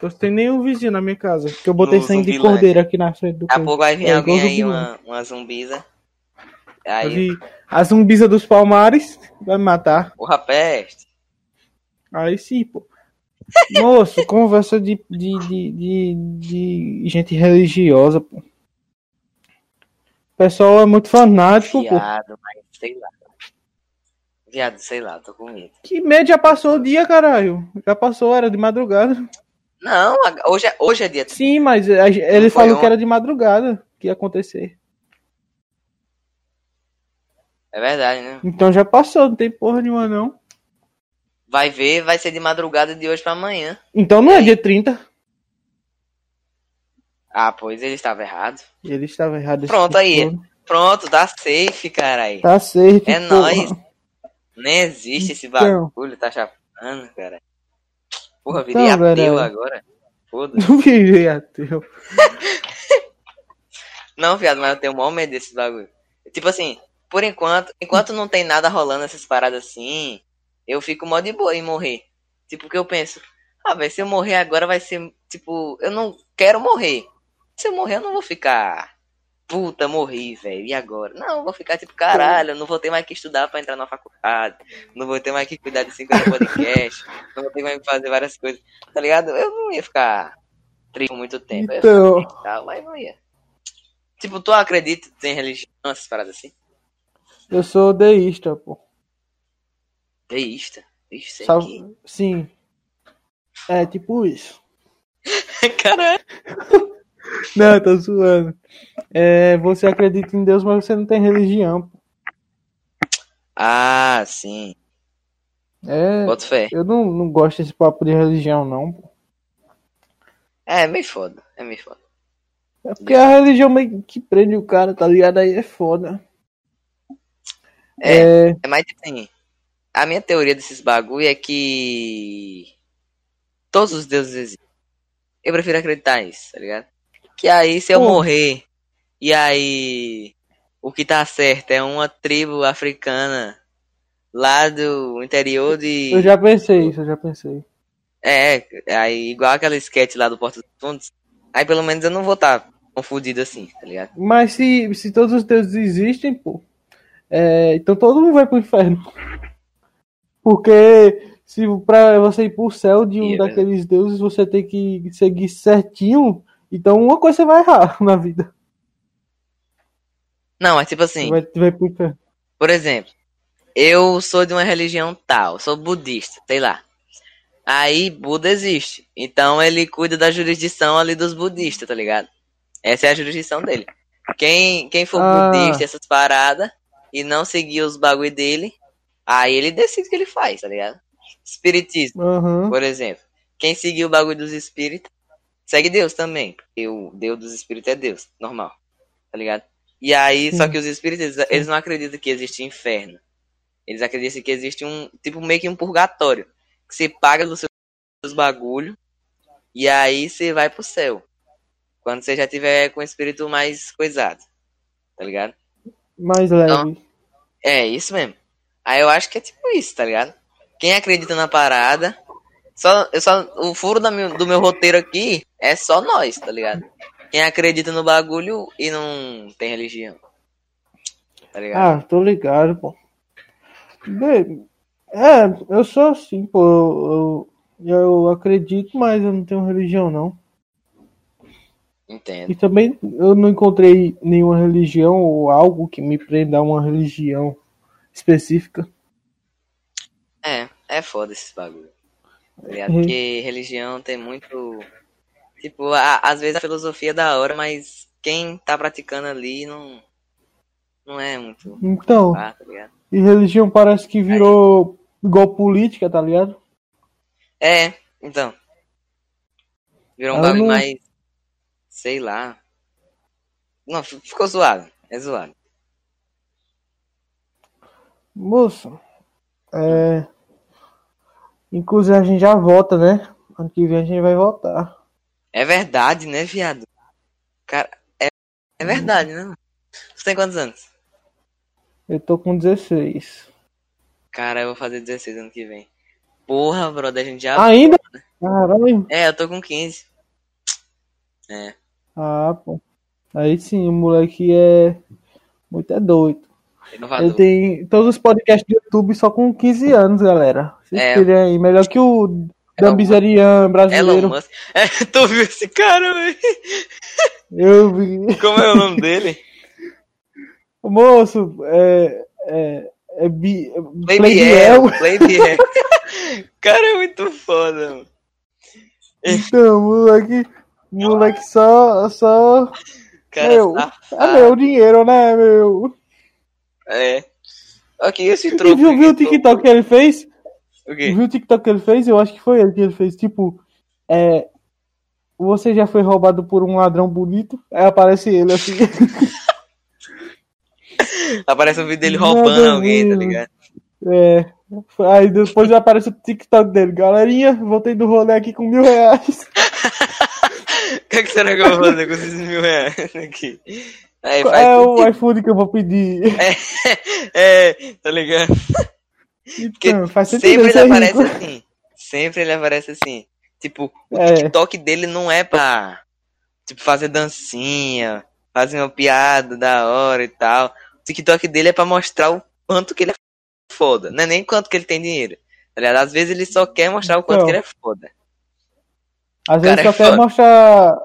Speaker 1: Tô sem nenhum vizinho na minha casa. Que eu botei
Speaker 2: No
Speaker 1: sangue de
Speaker 2: Zumbilândia.
Speaker 1: cordeiro aqui na frente do
Speaker 2: Daqui a
Speaker 1: coisa.
Speaker 2: pouco vai vir
Speaker 1: É,
Speaker 2: alguém aí,
Speaker 1: igual
Speaker 2: uma, uma zumbiza.
Speaker 1: Eu
Speaker 2: Aí.
Speaker 1: vi a zumbiza dos palmares. Vai me matar.
Speaker 2: Porra, peste.
Speaker 1: Aí sim, pô. Moço, conversa de, de, de, de, de gente religiosa, pô. O pessoal é muito fanático, pô.
Speaker 2: Viado, mas sei lá. Viado, sei lá, tô com medo.
Speaker 1: Que medo, já passou o dia, caralho. Já passou, era de madrugada.
Speaker 2: Não, hoje é, hoje é dia
Speaker 1: Sim, mas a- ele
Speaker 2: Foi
Speaker 1: falou
Speaker 2: on-
Speaker 1: que era de madrugada que ia acontecer.
Speaker 2: É verdade, né?
Speaker 1: Então já passou, não tem porra nenhuma, não.
Speaker 2: Vai ver, vai ser de madrugada de hoje pra amanhã.
Speaker 1: Então não é dia 30.
Speaker 2: Ah, pois ele estava errado.
Speaker 1: Ele estava errado. esse
Speaker 2: Pronto,
Speaker 1: tempo
Speaker 2: aí.
Speaker 1: todo.
Speaker 2: Pronto, tá safe, caralho.
Speaker 1: Tá certo.
Speaker 2: É
Speaker 1: porra.
Speaker 2: nóis. Nem existe esse
Speaker 1: Então.
Speaker 2: bagulho, tá chapando, cara. Porra,
Speaker 1: Então,
Speaker 2: virei ateu
Speaker 1: velho.
Speaker 2: agora. Foda-se.
Speaker 1: Não virei ateu.
Speaker 2: Não, viado, mas eu tenho o maior medo desse bagulho. Tipo assim, por enquanto, enquanto não tem nada rolando essas paradas assim, eu fico mó de boa em morrer. Tipo, que eu penso, ah, velho, se eu morrer agora vai ser, tipo, eu não quero morrer. Se eu morrer, eu não vou ficar, puta, morri, velho, e agora? Não, eu vou ficar tipo, caralho, eu não vou ter mais que estudar pra entrar na faculdade, não vou ter mais que cuidar de 50 podcasts, não vou ter mais que fazer várias coisas, tá ligado? Eu não ia ficar triste por muito tempo. Eu ia
Speaker 1: Então,
Speaker 2: tal, mas não ia. Tipo, tu acredita que tem religião, essas paradas assim?
Speaker 1: eu sou deísta, pô.
Speaker 2: É Deísta. Ixi, sei
Speaker 1: Sabe-
Speaker 2: que...
Speaker 1: Sim. É tipo isso.
Speaker 2: Caralho.
Speaker 1: Não, eu tô zoando. É, você acredita em Deus, mas você não tem religião. pô.
Speaker 2: Ah, sim.
Speaker 1: É,
Speaker 2: Bota fé.
Speaker 1: eu não, não gosto desse papo de religião, não, pô.
Speaker 2: É, é meio foda. É meio foda.
Speaker 1: É porque a religião meio que prende o cara, tá ligado? Aí é foda.
Speaker 2: É, é,
Speaker 1: é...
Speaker 2: mais tipo assim. A minha teoria desses bagulho é que. Todos os deuses existem. Eu prefiro acreditar nisso, tá ligado? Que aí, se eu
Speaker 1: Pô.
Speaker 2: morrer, e aí. O que tá certo é uma tribo africana lá do interior de.
Speaker 1: Eu já pensei isso, eu já pensei.
Speaker 2: É, aí igual aquela sketch lá do Porta dos Fundos. Aí pelo menos eu não vou estar confundido assim, tá ligado?
Speaker 1: Mas se, se todos os deuses existem, pô, é, então todo mundo vai pro inferno. Porque se pra você ir pro céu de um
Speaker 2: Yeah.
Speaker 1: daqueles deuses, você tem que seguir certinho. Então uma coisa você vai errar na vida.
Speaker 2: Não, mas tipo assim,
Speaker 1: Vai, vai pro inferno.
Speaker 2: por exemplo, eu sou de uma religião tal, sou budista, sei lá. Aí Buda existe. Então ele cuida da jurisdição ali dos budistas, tá ligado? Essa é a jurisdição dele. Quem, quem for
Speaker 1: Ah.
Speaker 2: budista, essas paradas, e não seguir os bagulho dele, aí ele decide o que ele faz, tá ligado? Espiritismo.
Speaker 1: Aham.
Speaker 2: Por exemplo, quem seguiu o bagulho dos espíritos, segue Deus também. Porque o Deus dos espíritos é Deus, normal. Tá ligado? E aí, só
Speaker 1: Sim.
Speaker 2: que os espíritos, eles, eles não acreditam que existe inferno. Eles acreditam que existe um, tipo, meio que um purgatório. Que você paga dos seus seus bagulho e aí você vai pro céu. Quando você já tiver com o espírito mais coisado. Tá ligado?
Speaker 1: Mais leve.
Speaker 2: É, isso mesmo. Aí eu acho que é tipo isso, tá ligado? Quem acredita na parada, só, eu só, o furo da meu- do meu roteiro aqui é só nós, tá ligado? Quem acredita no bagulho e não tem religião. Tá ligado?
Speaker 1: Ah, tô ligado, pô. Bem, é, eu sou assim, pô. Eu, eu, eu acredito, mas eu não tenho religião, não.
Speaker 2: Entendo.
Speaker 1: E também eu não encontrei nenhuma religião ou algo que me prenda a uma religião específica.
Speaker 2: É, é foda esse bagulho. Tá ligado?
Speaker 1: Uhum.
Speaker 2: Porque religião tem muito. Tipo, a- às vezes a filosofia é da hora, mas quem tá praticando ali não. Não é muito.
Speaker 1: Então,
Speaker 2: pá, tá ligado?
Speaker 1: e religião parece que virou igual política, tá ligado?
Speaker 2: É, então. Virou um
Speaker 1: Ela
Speaker 2: bagulho
Speaker 1: não-
Speaker 2: mais. Sei lá. Não, fi- ficou zoado. É zoado.
Speaker 1: Moço, é. Inclusive a gente já vota, né? Ano que vem a gente vai votar.
Speaker 2: É verdade, né, viado? Cara, é, é verdade, né? Você tem quantos anos?
Speaker 1: Eu tô com 16.
Speaker 2: Cara, eu vou fazer 16 ano que vem. Porra, brother, a gente já.
Speaker 1: Ainda? Caralho.
Speaker 2: É, eu tô com 15. É.
Speaker 1: Ah, pô. Aí sim, o moleque é. Muito é doido. Ele
Speaker 2: Inovador.
Speaker 1: tem todos os podcasts do YouTube só com 15 anos, galera. Se
Speaker 2: É.
Speaker 1: inspirem aí. Melhor que o
Speaker 2: Elon
Speaker 1: Dambizerian
Speaker 2: Elon
Speaker 1: brasileiro.
Speaker 2: Musk. É, tu viu esse cara, velho?
Speaker 1: Eu vi.
Speaker 2: Como é o nome dele?
Speaker 1: Moço, é. É. É. Bi... Playbiel.
Speaker 2: Playbiel. Playbiel. cara, é muito foda, mano.
Speaker 1: Então, moleque. Moleque só. só...
Speaker 2: Cara, tá
Speaker 1: Meu,
Speaker 2: safado.
Speaker 1: É meu dinheiro, né, meu?
Speaker 2: É. Ok, esse
Speaker 1: E
Speaker 2: troco.
Speaker 1: viu, viu o
Speaker 2: esse
Speaker 1: TikTok que ele fez?
Speaker 2: troco. O quê?
Speaker 1: Viu o TikTok que ele fez? Eu acho que foi ele que ele fez. Tipo, é. Você já foi roubado por um ladrão bonito? Aí aparece ele assim.
Speaker 2: Aparece um vídeo dele
Speaker 1: Nada
Speaker 2: roubando alguém, tá
Speaker 1: mesmo.
Speaker 2: ligado?
Speaker 1: É. Aí depois aparece o TikTok dele. Galerinha, voltei do rolê aqui com mil reais.
Speaker 2: O que, que será que eu vou fazer com esses mil reais aqui? Aí faz
Speaker 1: É o
Speaker 2: sentido.
Speaker 1: iPhone que eu vou pedir.
Speaker 2: É, tá ligado?
Speaker 1: Então, faz sentido ele
Speaker 2: É, Sempre ele
Speaker 1: ser
Speaker 2: aparece
Speaker 1: rico.
Speaker 2: assim. Sempre ele aparece assim. Tipo, o
Speaker 1: É.
Speaker 2: TikTok dele não é pra tipo, fazer dancinha, fazer uma piada da hora e tal. O TikTok dele é pra mostrar o quanto que ele é foda. Não é nem quanto que ele tem dinheiro. Tá ligado? Às vezes ele só quer mostrar o quanto
Speaker 1: Então.
Speaker 2: que ele é foda.
Speaker 1: Às vezes
Speaker 2: cara é
Speaker 1: só quer
Speaker 2: foda.
Speaker 1: mostrar,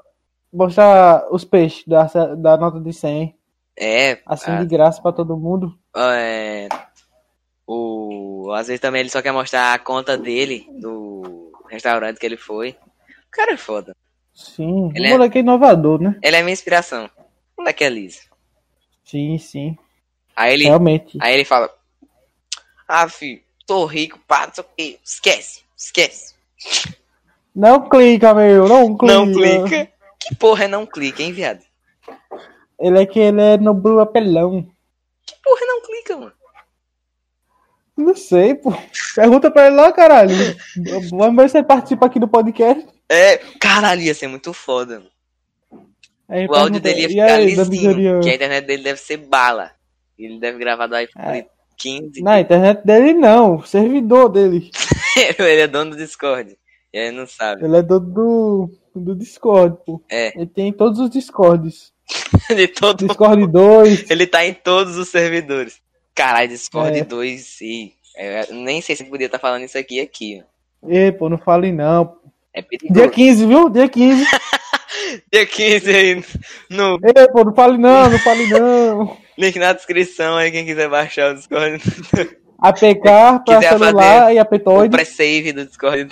Speaker 1: mostrar os peixes da, da nota de 100.
Speaker 2: É,
Speaker 1: Assim
Speaker 2: a-
Speaker 1: de graça pra todo mundo.
Speaker 2: é, o às vezes também ele só quer mostrar a conta dele do restaurante que ele foi. O cara é foda.
Speaker 1: Sim. o
Speaker 2: Ele é-
Speaker 1: moleque é inovador, né?
Speaker 2: Ele é minha inspiração. O moleque é liso.
Speaker 1: Sim, sim.
Speaker 2: Aí ele,
Speaker 1: Realmente.
Speaker 2: aí ele fala: Ah, filho, tô rico, pá, não sei o quê. Esquece, esquece.
Speaker 1: Não clica, meu. Não clica.
Speaker 2: Não clica. Que porra é não clica, hein, viado?
Speaker 1: Ele é que ele é no Blue Apelão.
Speaker 2: Que porra é não clica, mano?
Speaker 1: Não sei, pô. Pergunta pra ele lá, caralho. Vamos ver se ele participa aqui do podcast.
Speaker 2: É, caralho, ia ser muito foda. mano.
Speaker 1: Aí
Speaker 2: O
Speaker 1: pergunta,
Speaker 2: áudio dele ia
Speaker 1: "E
Speaker 2: ficar
Speaker 1: aí,
Speaker 2: lisinho, é
Speaker 1: Dambizerian?"
Speaker 2: que a internet dele deve ser bala. Ele deve gravar do iPhone
Speaker 1: É.
Speaker 2: 15.
Speaker 1: Na internet dele não, o servidor dele.
Speaker 2: ele é dono do Discord. E aí não sabe.
Speaker 1: Ele é do, do, do Discord, pô.
Speaker 2: É.
Speaker 1: Ele tem todos os Discords.
Speaker 2: De todo...
Speaker 1: Discord 2.
Speaker 2: Ele tá em todos os servidores. Caralho, Discord
Speaker 1: É.
Speaker 2: 2 e. Eu nem sei se eu podia estar falando isso aqui aqui. ó.
Speaker 1: Ei, pô, não falem não.
Speaker 2: É
Speaker 1: Dia
Speaker 2: perigoso.
Speaker 1: 15, viu? Dia 15.
Speaker 2: Dia 15 aí no
Speaker 1: Ei, pô, não fale não, não fale não.
Speaker 2: link na descrição aí, quem quiser baixar o Discord.
Speaker 1: APK pra
Speaker 2: Quiser
Speaker 1: celular e
Speaker 2: O
Speaker 1: apetoide.
Speaker 2: pré-save do Discord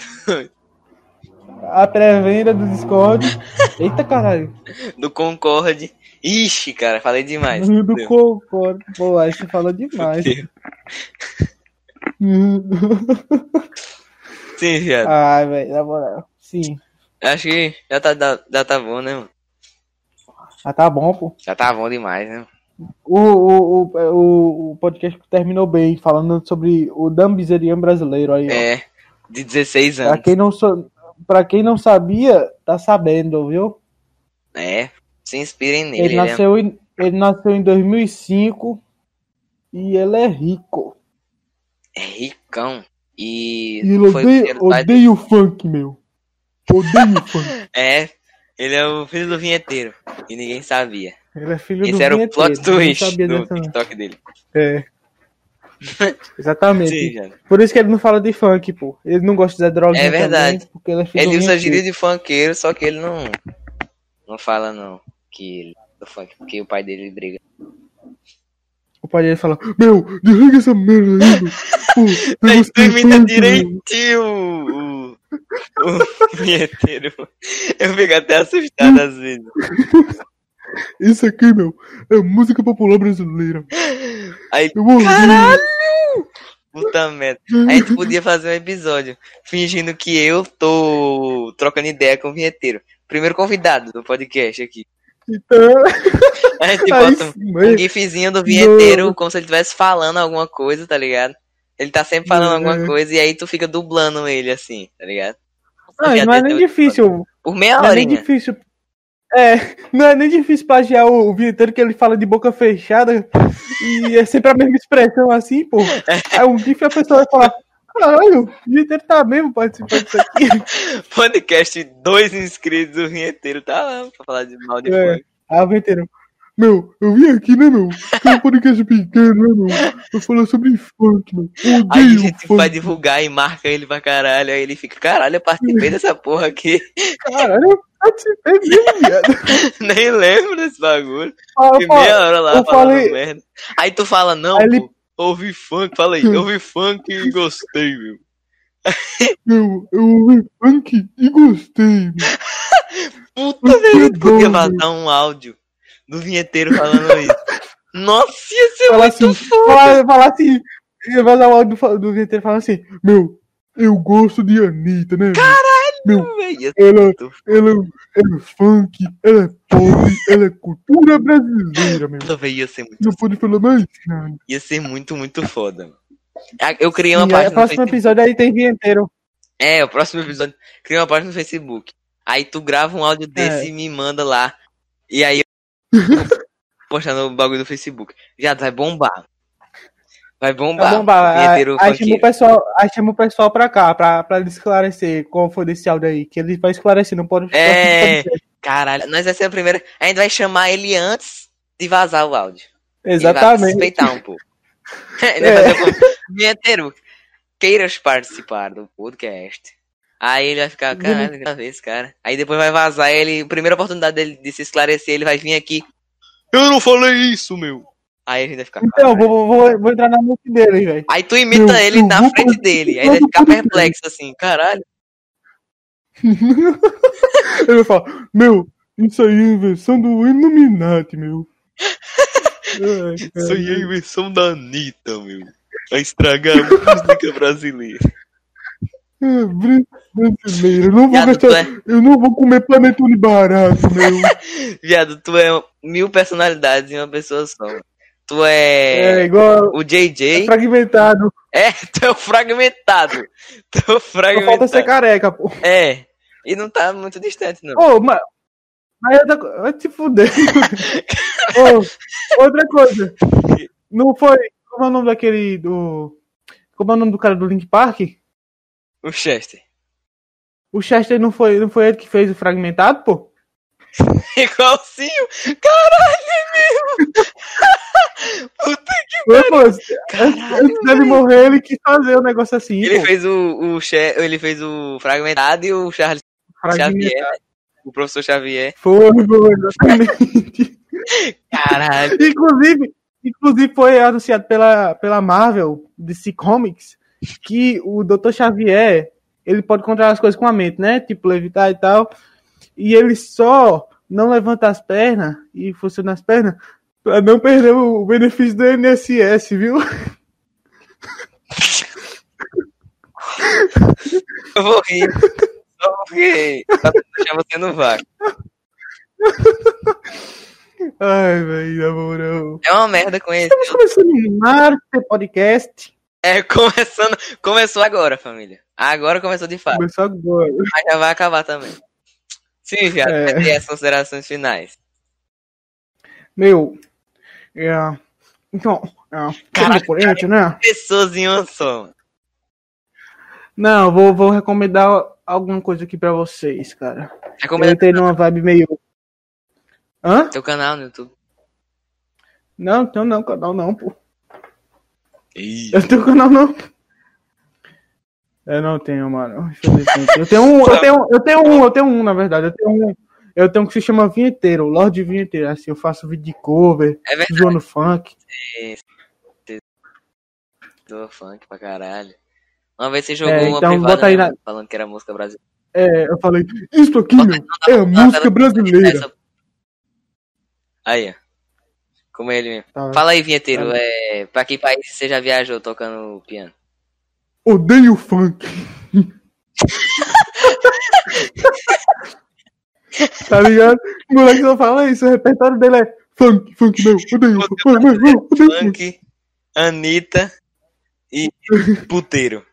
Speaker 1: A pré-venda do Discord. Eita caralho.
Speaker 2: do Concorde. Ixi, cara, falei demais.
Speaker 1: Hum, Do Concord. Pô, aí você falou demais. Hum.
Speaker 2: Sim, viado.
Speaker 1: Ai, velho, na moral. Sim.
Speaker 2: Acho que já tá, da- já tá bom, né, mano?
Speaker 1: Ah, tá bom, pô.
Speaker 2: Já tá bom demais, né?
Speaker 1: O, o, o, o, o podcast terminou bem, falando sobre o dambizerian brasileiro aí, ó.
Speaker 2: É, de 16
Speaker 1: Pra
Speaker 2: anos.
Speaker 1: quem, não so... pra quem não sabia, tá sabendo, viu?
Speaker 2: É, se inspirem nele.
Speaker 1: Ele
Speaker 2: né?
Speaker 1: nasceu em, ele nasceu em 2005 e ele é rico.
Speaker 2: É ricão. E
Speaker 1: E ele
Speaker 2: foi
Speaker 1: odeia,
Speaker 2: o dinheiro do pai
Speaker 1: odeia o funk, meu. Odeia o funk.
Speaker 2: É, ele é o filho do vinheteiro. E ninguém sabia.
Speaker 1: Ele é filho do
Speaker 2: Esse era o
Speaker 1: vinheteiro,
Speaker 2: plot
Speaker 1: eu não
Speaker 2: twist
Speaker 1: sabia
Speaker 2: do
Speaker 1: dessa, não.
Speaker 2: TikTok dele.
Speaker 1: É. Exatamente.
Speaker 2: Sim, cara.
Speaker 1: Por isso que ele não fala de funk, pô. Ele não gosta de droga.
Speaker 2: É verdade.
Speaker 1: Também, porque ele é filho
Speaker 2: Ele
Speaker 1: do
Speaker 2: usa
Speaker 1: vinheteiro.
Speaker 2: gíria de funkeiro, só que ele não. Não fala, não. Que ele é do funk, porque o pai dele briga.
Speaker 1: O pai dele fala: Meu, desliga essa merda aí, meu. Pô,
Speaker 2: Ele
Speaker 1: negócio de
Speaker 2: imita
Speaker 1: funk, meu."
Speaker 2: direitinho o. o- O vinheteiro. Eu fico até
Speaker 1: um
Speaker 2: assustado às vezes.
Speaker 1: Isso aqui, meu, é música popular brasileira.
Speaker 2: Aí,
Speaker 1: Eu vou ouvir. é
Speaker 2: Caralho! puta merda. A gente podia fazer um episódio fingindo que eu tô trocando ideia com o vinheteiro. Primeiro convidado do podcast aqui.
Speaker 1: Então,
Speaker 2: A gente
Speaker 1: aí
Speaker 2: bota
Speaker 1: sim,
Speaker 2: um
Speaker 1: mas-
Speaker 2: gifzinho do vinheteiro, como se ele estivesse falando alguma coisa, tá ligado? Ele tá sempre falando alguma
Speaker 1: É.
Speaker 2: coisa e aí tu fica dublando ele assim, tá ligado?
Speaker 1: Ah, e não é nem difícil.
Speaker 2: Por meia
Speaker 1: Não é nem
Speaker 2: horinha.
Speaker 1: difícil. É, não é nem difícil plagiar o, o vinheteiro que ele fala de boca fechada e é sempre a mesma expressão assim, pô. Aí um gif a pessoa vai falar: Caralho, o vinheteiro tá mesmo participando disso aqui.
Speaker 2: Podcast dois inscritos do vinheteiro, tá lá pra falar de mal de
Speaker 1: É.
Speaker 2: funk.
Speaker 1: Aí o vinheteiro: Meu, eu vim aqui, né, meu? Tem um podcast pequeno, né, meu? Eu falo sobre funk, meu. Odeio
Speaker 2: Aí a gente
Speaker 1: funk.
Speaker 2: vai divulgar e marca ele pra caralho. Aí ele fica, caralho, eu participei dessa porra aqui.
Speaker 1: Caralho, eu participei mesmo, viado.
Speaker 2: Nem lembro desse bagulho.
Speaker 1: Ah, eu
Speaker 2: Fiquei
Speaker 1: falo-
Speaker 2: meia hora lá
Speaker 1: eu
Speaker 2: falando
Speaker 1: falei-
Speaker 2: merda. Aí tu fala, não,
Speaker 1: Aí ele-
Speaker 2: pô, ouvi funk, fala aí, ouvi funk e gostei, meu.
Speaker 1: Eu, eu ouvi funk e gostei.
Speaker 2: Puta, velho,
Speaker 1: bom,
Speaker 2: podia
Speaker 1: meu.
Speaker 2: vazar um áudio do vinheteiro falando isso. Nossa, ia ser
Speaker 1: Falar
Speaker 2: muito
Speaker 1: assim, falar, falar assim, eu vou dar o áudio do, do vinheteiro falando assim, meu, eu gosto de Anitta, né? Caralho!
Speaker 2: bom, velho. Ia ser
Speaker 1: Ela,
Speaker 2: muito
Speaker 1: ela, ela é funk, ela é pop, ela é cultura brasileira, meu.
Speaker 2: foda, velho, ia ser muito,
Speaker 1: Não pode falar mais nada.
Speaker 2: ia ser muito, muito foda. mano. Ah, Eu criei uma
Speaker 1: E aí, o
Speaker 2: página no
Speaker 1: é, próximo
Speaker 2: Facebook.
Speaker 1: episódio aí tem vinheteiro.
Speaker 2: É, o próximo episódio. Cria uma página no Facebook. Aí tu grava um áudio desse e me manda lá. E aí eu. Postar no bagulho do Facebook. Viado, vai bombar. Vai bombar.
Speaker 1: Tá bom, bah,
Speaker 2: Vinheteiro
Speaker 1: aí, aí chama
Speaker 2: funkeiro.
Speaker 1: o pessoal, aí chama o pessoal pra cá, pra, pra ele esclarecer qual foi desse áudio aí, que ele vai esclarecer, não pode
Speaker 2: É. Caralho, nós vai ser a primeira. A gente vai chamar ele antes de vazar o áudio. Ele Vai
Speaker 1: Exatamente.
Speaker 2: respeitar um pouco. Ele vai fazer um pouco. Vinheteiro, queiras participar do podcast. Aí ele vai ficar, caralho, gravei esse cara. Aí depois vai vazar ele, a primeira oportunidade dele de se esclarecer, ele vai vir aqui. Eu não falei isso, meu. Aí a gente vai ficar.
Speaker 1: Então,
Speaker 2: "Caralho".
Speaker 1: vou, vou, vou entrar na mente dele, velho.
Speaker 2: Aí tu imita
Speaker 1: Meu,
Speaker 2: ele
Speaker 1: eu
Speaker 2: na
Speaker 1: vou
Speaker 2: frente
Speaker 1: fazer
Speaker 2: dele. Aí
Speaker 1: isso
Speaker 2: ele vai ficar
Speaker 1: todo dia.
Speaker 2: perplexo assim, caralho.
Speaker 1: Ele fala, meu, isso aí é invenção do Illuminati, meu. Ai, cara.
Speaker 2: é invenção da Anitta, meu. Vai estragar a música brasileira.
Speaker 1: É, bri- Brasileiro, eu não, vou
Speaker 2: Viado, tu
Speaker 1: gastar,
Speaker 2: é,
Speaker 1: eu não vou comer panetone barato, meu.
Speaker 2: viado, tu é mil personalidades em uma pessoa só. Tu
Speaker 1: É,
Speaker 2: é.
Speaker 1: igual
Speaker 2: O
Speaker 1: é
Speaker 2: JJ.
Speaker 1: fragmentado.
Speaker 2: É, tô fragmentado. Tô
Speaker 1: Só falta ser
Speaker 2: fragmentado.
Speaker 1: careca, pô.
Speaker 2: É. E não tá muito distante, não.
Speaker 1: Ô, mas. Mas é outra co- vai te fuder. Ô, outra coisa. Não foi. Como é o nome daquele do. Como é o nome do cara do Link Park?
Speaker 2: O Chester.
Speaker 1: O Chester não foi, não foi ele que fez o fragmentado, pô?
Speaker 2: Igualzinho. Caralho, meu. Puta que
Speaker 1: Foi, pô. Antes antes dele morrer, ele quis fazer um negócio assim.
Speaker 2: Ele
Speaker 1: pô.
Speaker 2: fez o, o Che- ele fez o fragmentado e o Charles
Speaker 1: Fragmentado.
Speaker 2: Xavier, o professor Xavier.
Speaker 1: Foi, pô, exatamente.
Speaker 2: Caralho.
Speaker 1: inclusive, inclusive, foi anunciado pela, pela Marvel, DC Comics, que o Dr. Xavier ele pode controlar as coisas com a mente, né? Tipo, levitar e tal. E ele só não levanta as pernas e funciona as pernas pra não perder o benefício do INSS, viu?
Speaker 2: Eu vou rir. Só porque. Só pra deixar você no vácuo.
Speaker 1: Ai, velho, na moral.
Speaker 2: É uma merda com ele.
Speaker 1: Estamos começando um Marte Podcast.
Speaker 2: É, começando. Começou agora, família. Agora começou de fato.
Speaker 1: Começou agora.
Speaker 2: Mas Ah, já vai acabar também. Sim, já.
Speaker 1: É.
Speaker 2: Cadê as considerações finais?
Speaker 1: Meu, é, então, é,
Speaker 2: Caraca,
Speaker 1: time Corinthians, né?
Speaker 2: Pessoas em um só.
Speaker 1: Não, vou, vou recomendar alguma coisa aqui pra vocês, cara.
Speaker 2: Recomenda
Speaker 1: Eu entrei numa vibe meio. Hã?
Speaker 2: teu canal no YouTube.
Speaker 1: Não, então não, canal não, pô. Eu tenho canal não. Eu não tenho, mano. infelizmente. Eu tenho um, eu tenho, eu tenho um, eu tenho um, na verdade. Eu tenho um. Eu tenho um que se chama Vinheteiro, Lorde Vinheteiro. Assim, eu faço vídeo de cover,
Speaker 2: É verdade.
Speaker 1: zoando funk.
Speaker 2: Tô funk pra caralho. Uma vez você jogou
Speaker 1: É,
Speaker 2: uma
Speaker 1: então
Speaker 2: privada
Speaker 1: bota aí
Speaker 2: né,
Speaker 1: na-
Speaker 2: falando que era música brasileira.
Speaker 1: É, eu falei, isso aqui, meu, é a música brasileira.
Speaker 2: Essa- Aí, ó. Como é ele mesmo.
Speaker 1: Tá.
Speaker 2: Fala aí, vinheteiro.
Speaker 1: Tá.
Speaker 2: É... Pra que país você já viajou tocando piano?
Speaker 1: Odeio funk. tá ligado? O moleque só fala isso, o repertório dele é funk, funk não, odeio funk, odeio funk, odeio funk.
Speaker 2: Funk, Anitta e puteiro.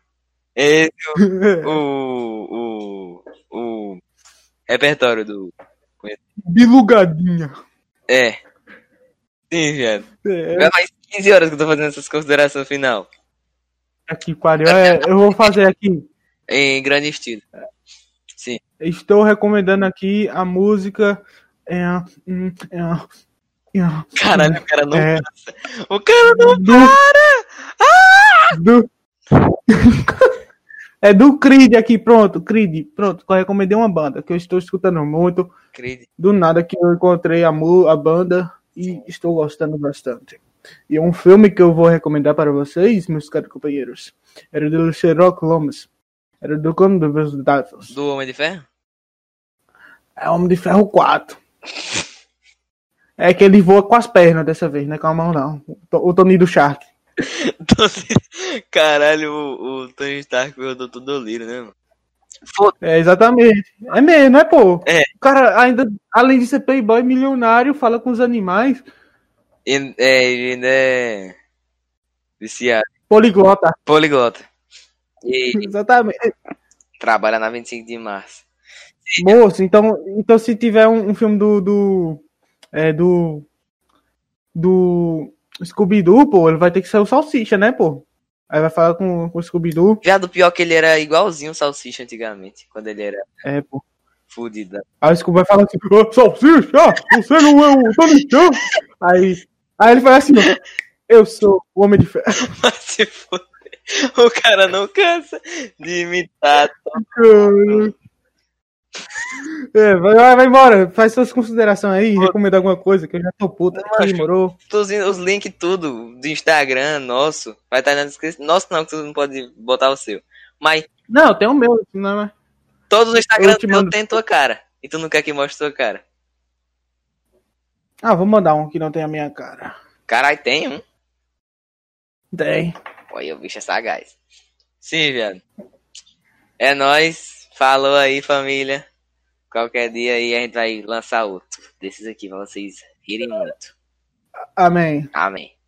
Speaker 2: Esse é
Speaker 1: É,
Speaker 2: o, o, o repertório do.
Speaker 1: Bilugadinha.
Speaker 2: É. Sim, viado.
Speaker 1: É,
Speaker 2: Já faz 15 horas que eu tô fazendo essas considerações final.
Speaker 1: aqui, pariu. É, eu vou fazer aqui.
Speaker 2: Em grande estilo. Sim.
Speaker 1: Estou recomendando aqui a música. É, hum, é, é,
Speaker 2: Caralho, o cara não.
Speaker 1: É.
Speaker 2: O cara não.
Speaker 1: do... Do... é do Creed aqui, pronto, Creed, pronto, eu recomendei uma banda que eu estou escutando muito,
Speaker 2: Acredito.
Speaker 1: do nada que eu encontrei a, mu- a banda e estou gostando bastante. E um filme que eu vou recomendar para vocês, meus caros companheiros, era do Sherlock Holmes, era do Clone dos Vesudatos,
Speaker 2: Do Homem de Ferro?
Speaker 1: é Homem de Ferro 4. É que ele voa com as pernas dessa vez, não é com a mão não, o to- o Tony do Shark.
Speaker 2: Então, se- Caralho, o, o Tony Stark rodou todo lírio, né, mano? Foda-se.
Speaker 1: É, exatamente. É mesmo, né, pô?
Speaker 2: É.
Speaker 1: O cara ainda, além de ser playboy milionário, fala com os animais,
Speaker 2: Ele, é, ele ainda é. Viciado.
Speaker 1: poliglota.
Speaker 2: Poliglota. E
Speaker 1: Exatamente. É,
Speaker 2: trabalha na 25 de março.
Speaker 1: Moço, então, então se tiver um, um filme do. do. É, do. do Scooby-Doo, pô, ele vai ter que ser o Salsicha, né, pô? Aí vai falar com, com o Scooby-Doo.
Speaker 2: Viado, pior é que ele era igualzinho o Salsicha antigamente, quando ele era
Speaker 1: É, pô.
Speaker 2: fudido.
Speaker 1: Aí o Scooby vai falar assim: "Ô, Salsicha, você não é o Tony Chan? Aí, aí ele fala assim: ó, eu sou o Homem de Ferro.
Speaker 2: Mas se foder, o cara não cansa de imitar.
Speaker 1: Cara. É, vai, vai, vai embora, faz suas considerações aí, recomenda alguma coisa, que eu já tô puta aqui,
Speaker 2: Lógico.
Speaker 1: morou.
Speaker 2: Todos os links tudo do Instagram, nosso, vai estar na descrição. Nosso não, que tu não pode botar o seu. Mas
Speaker 1: Não, tem o meu, não é?
Speaker 2: todos os Instagrams
Speaker 1: Eu te
Speaker 2: teu
Speaker 1: mando.
Speaker 2: tem tua cara. E tu não quer que mostre tua cara.
Speaker 1: Ah, vou mandar um que não tem a minha cara.
Speaker 2: Caralho, tem um.
Speaker 1: Tem.
Speaker 2: Olha, o bicho é sagaz. Sim, viado. É nóis. Falou aí, família. Qualquer dia aí a gente vai lançar outro desses aqui pra vocês rirem muito.
Speaker 1: Amém.
Speaker 2: Amém.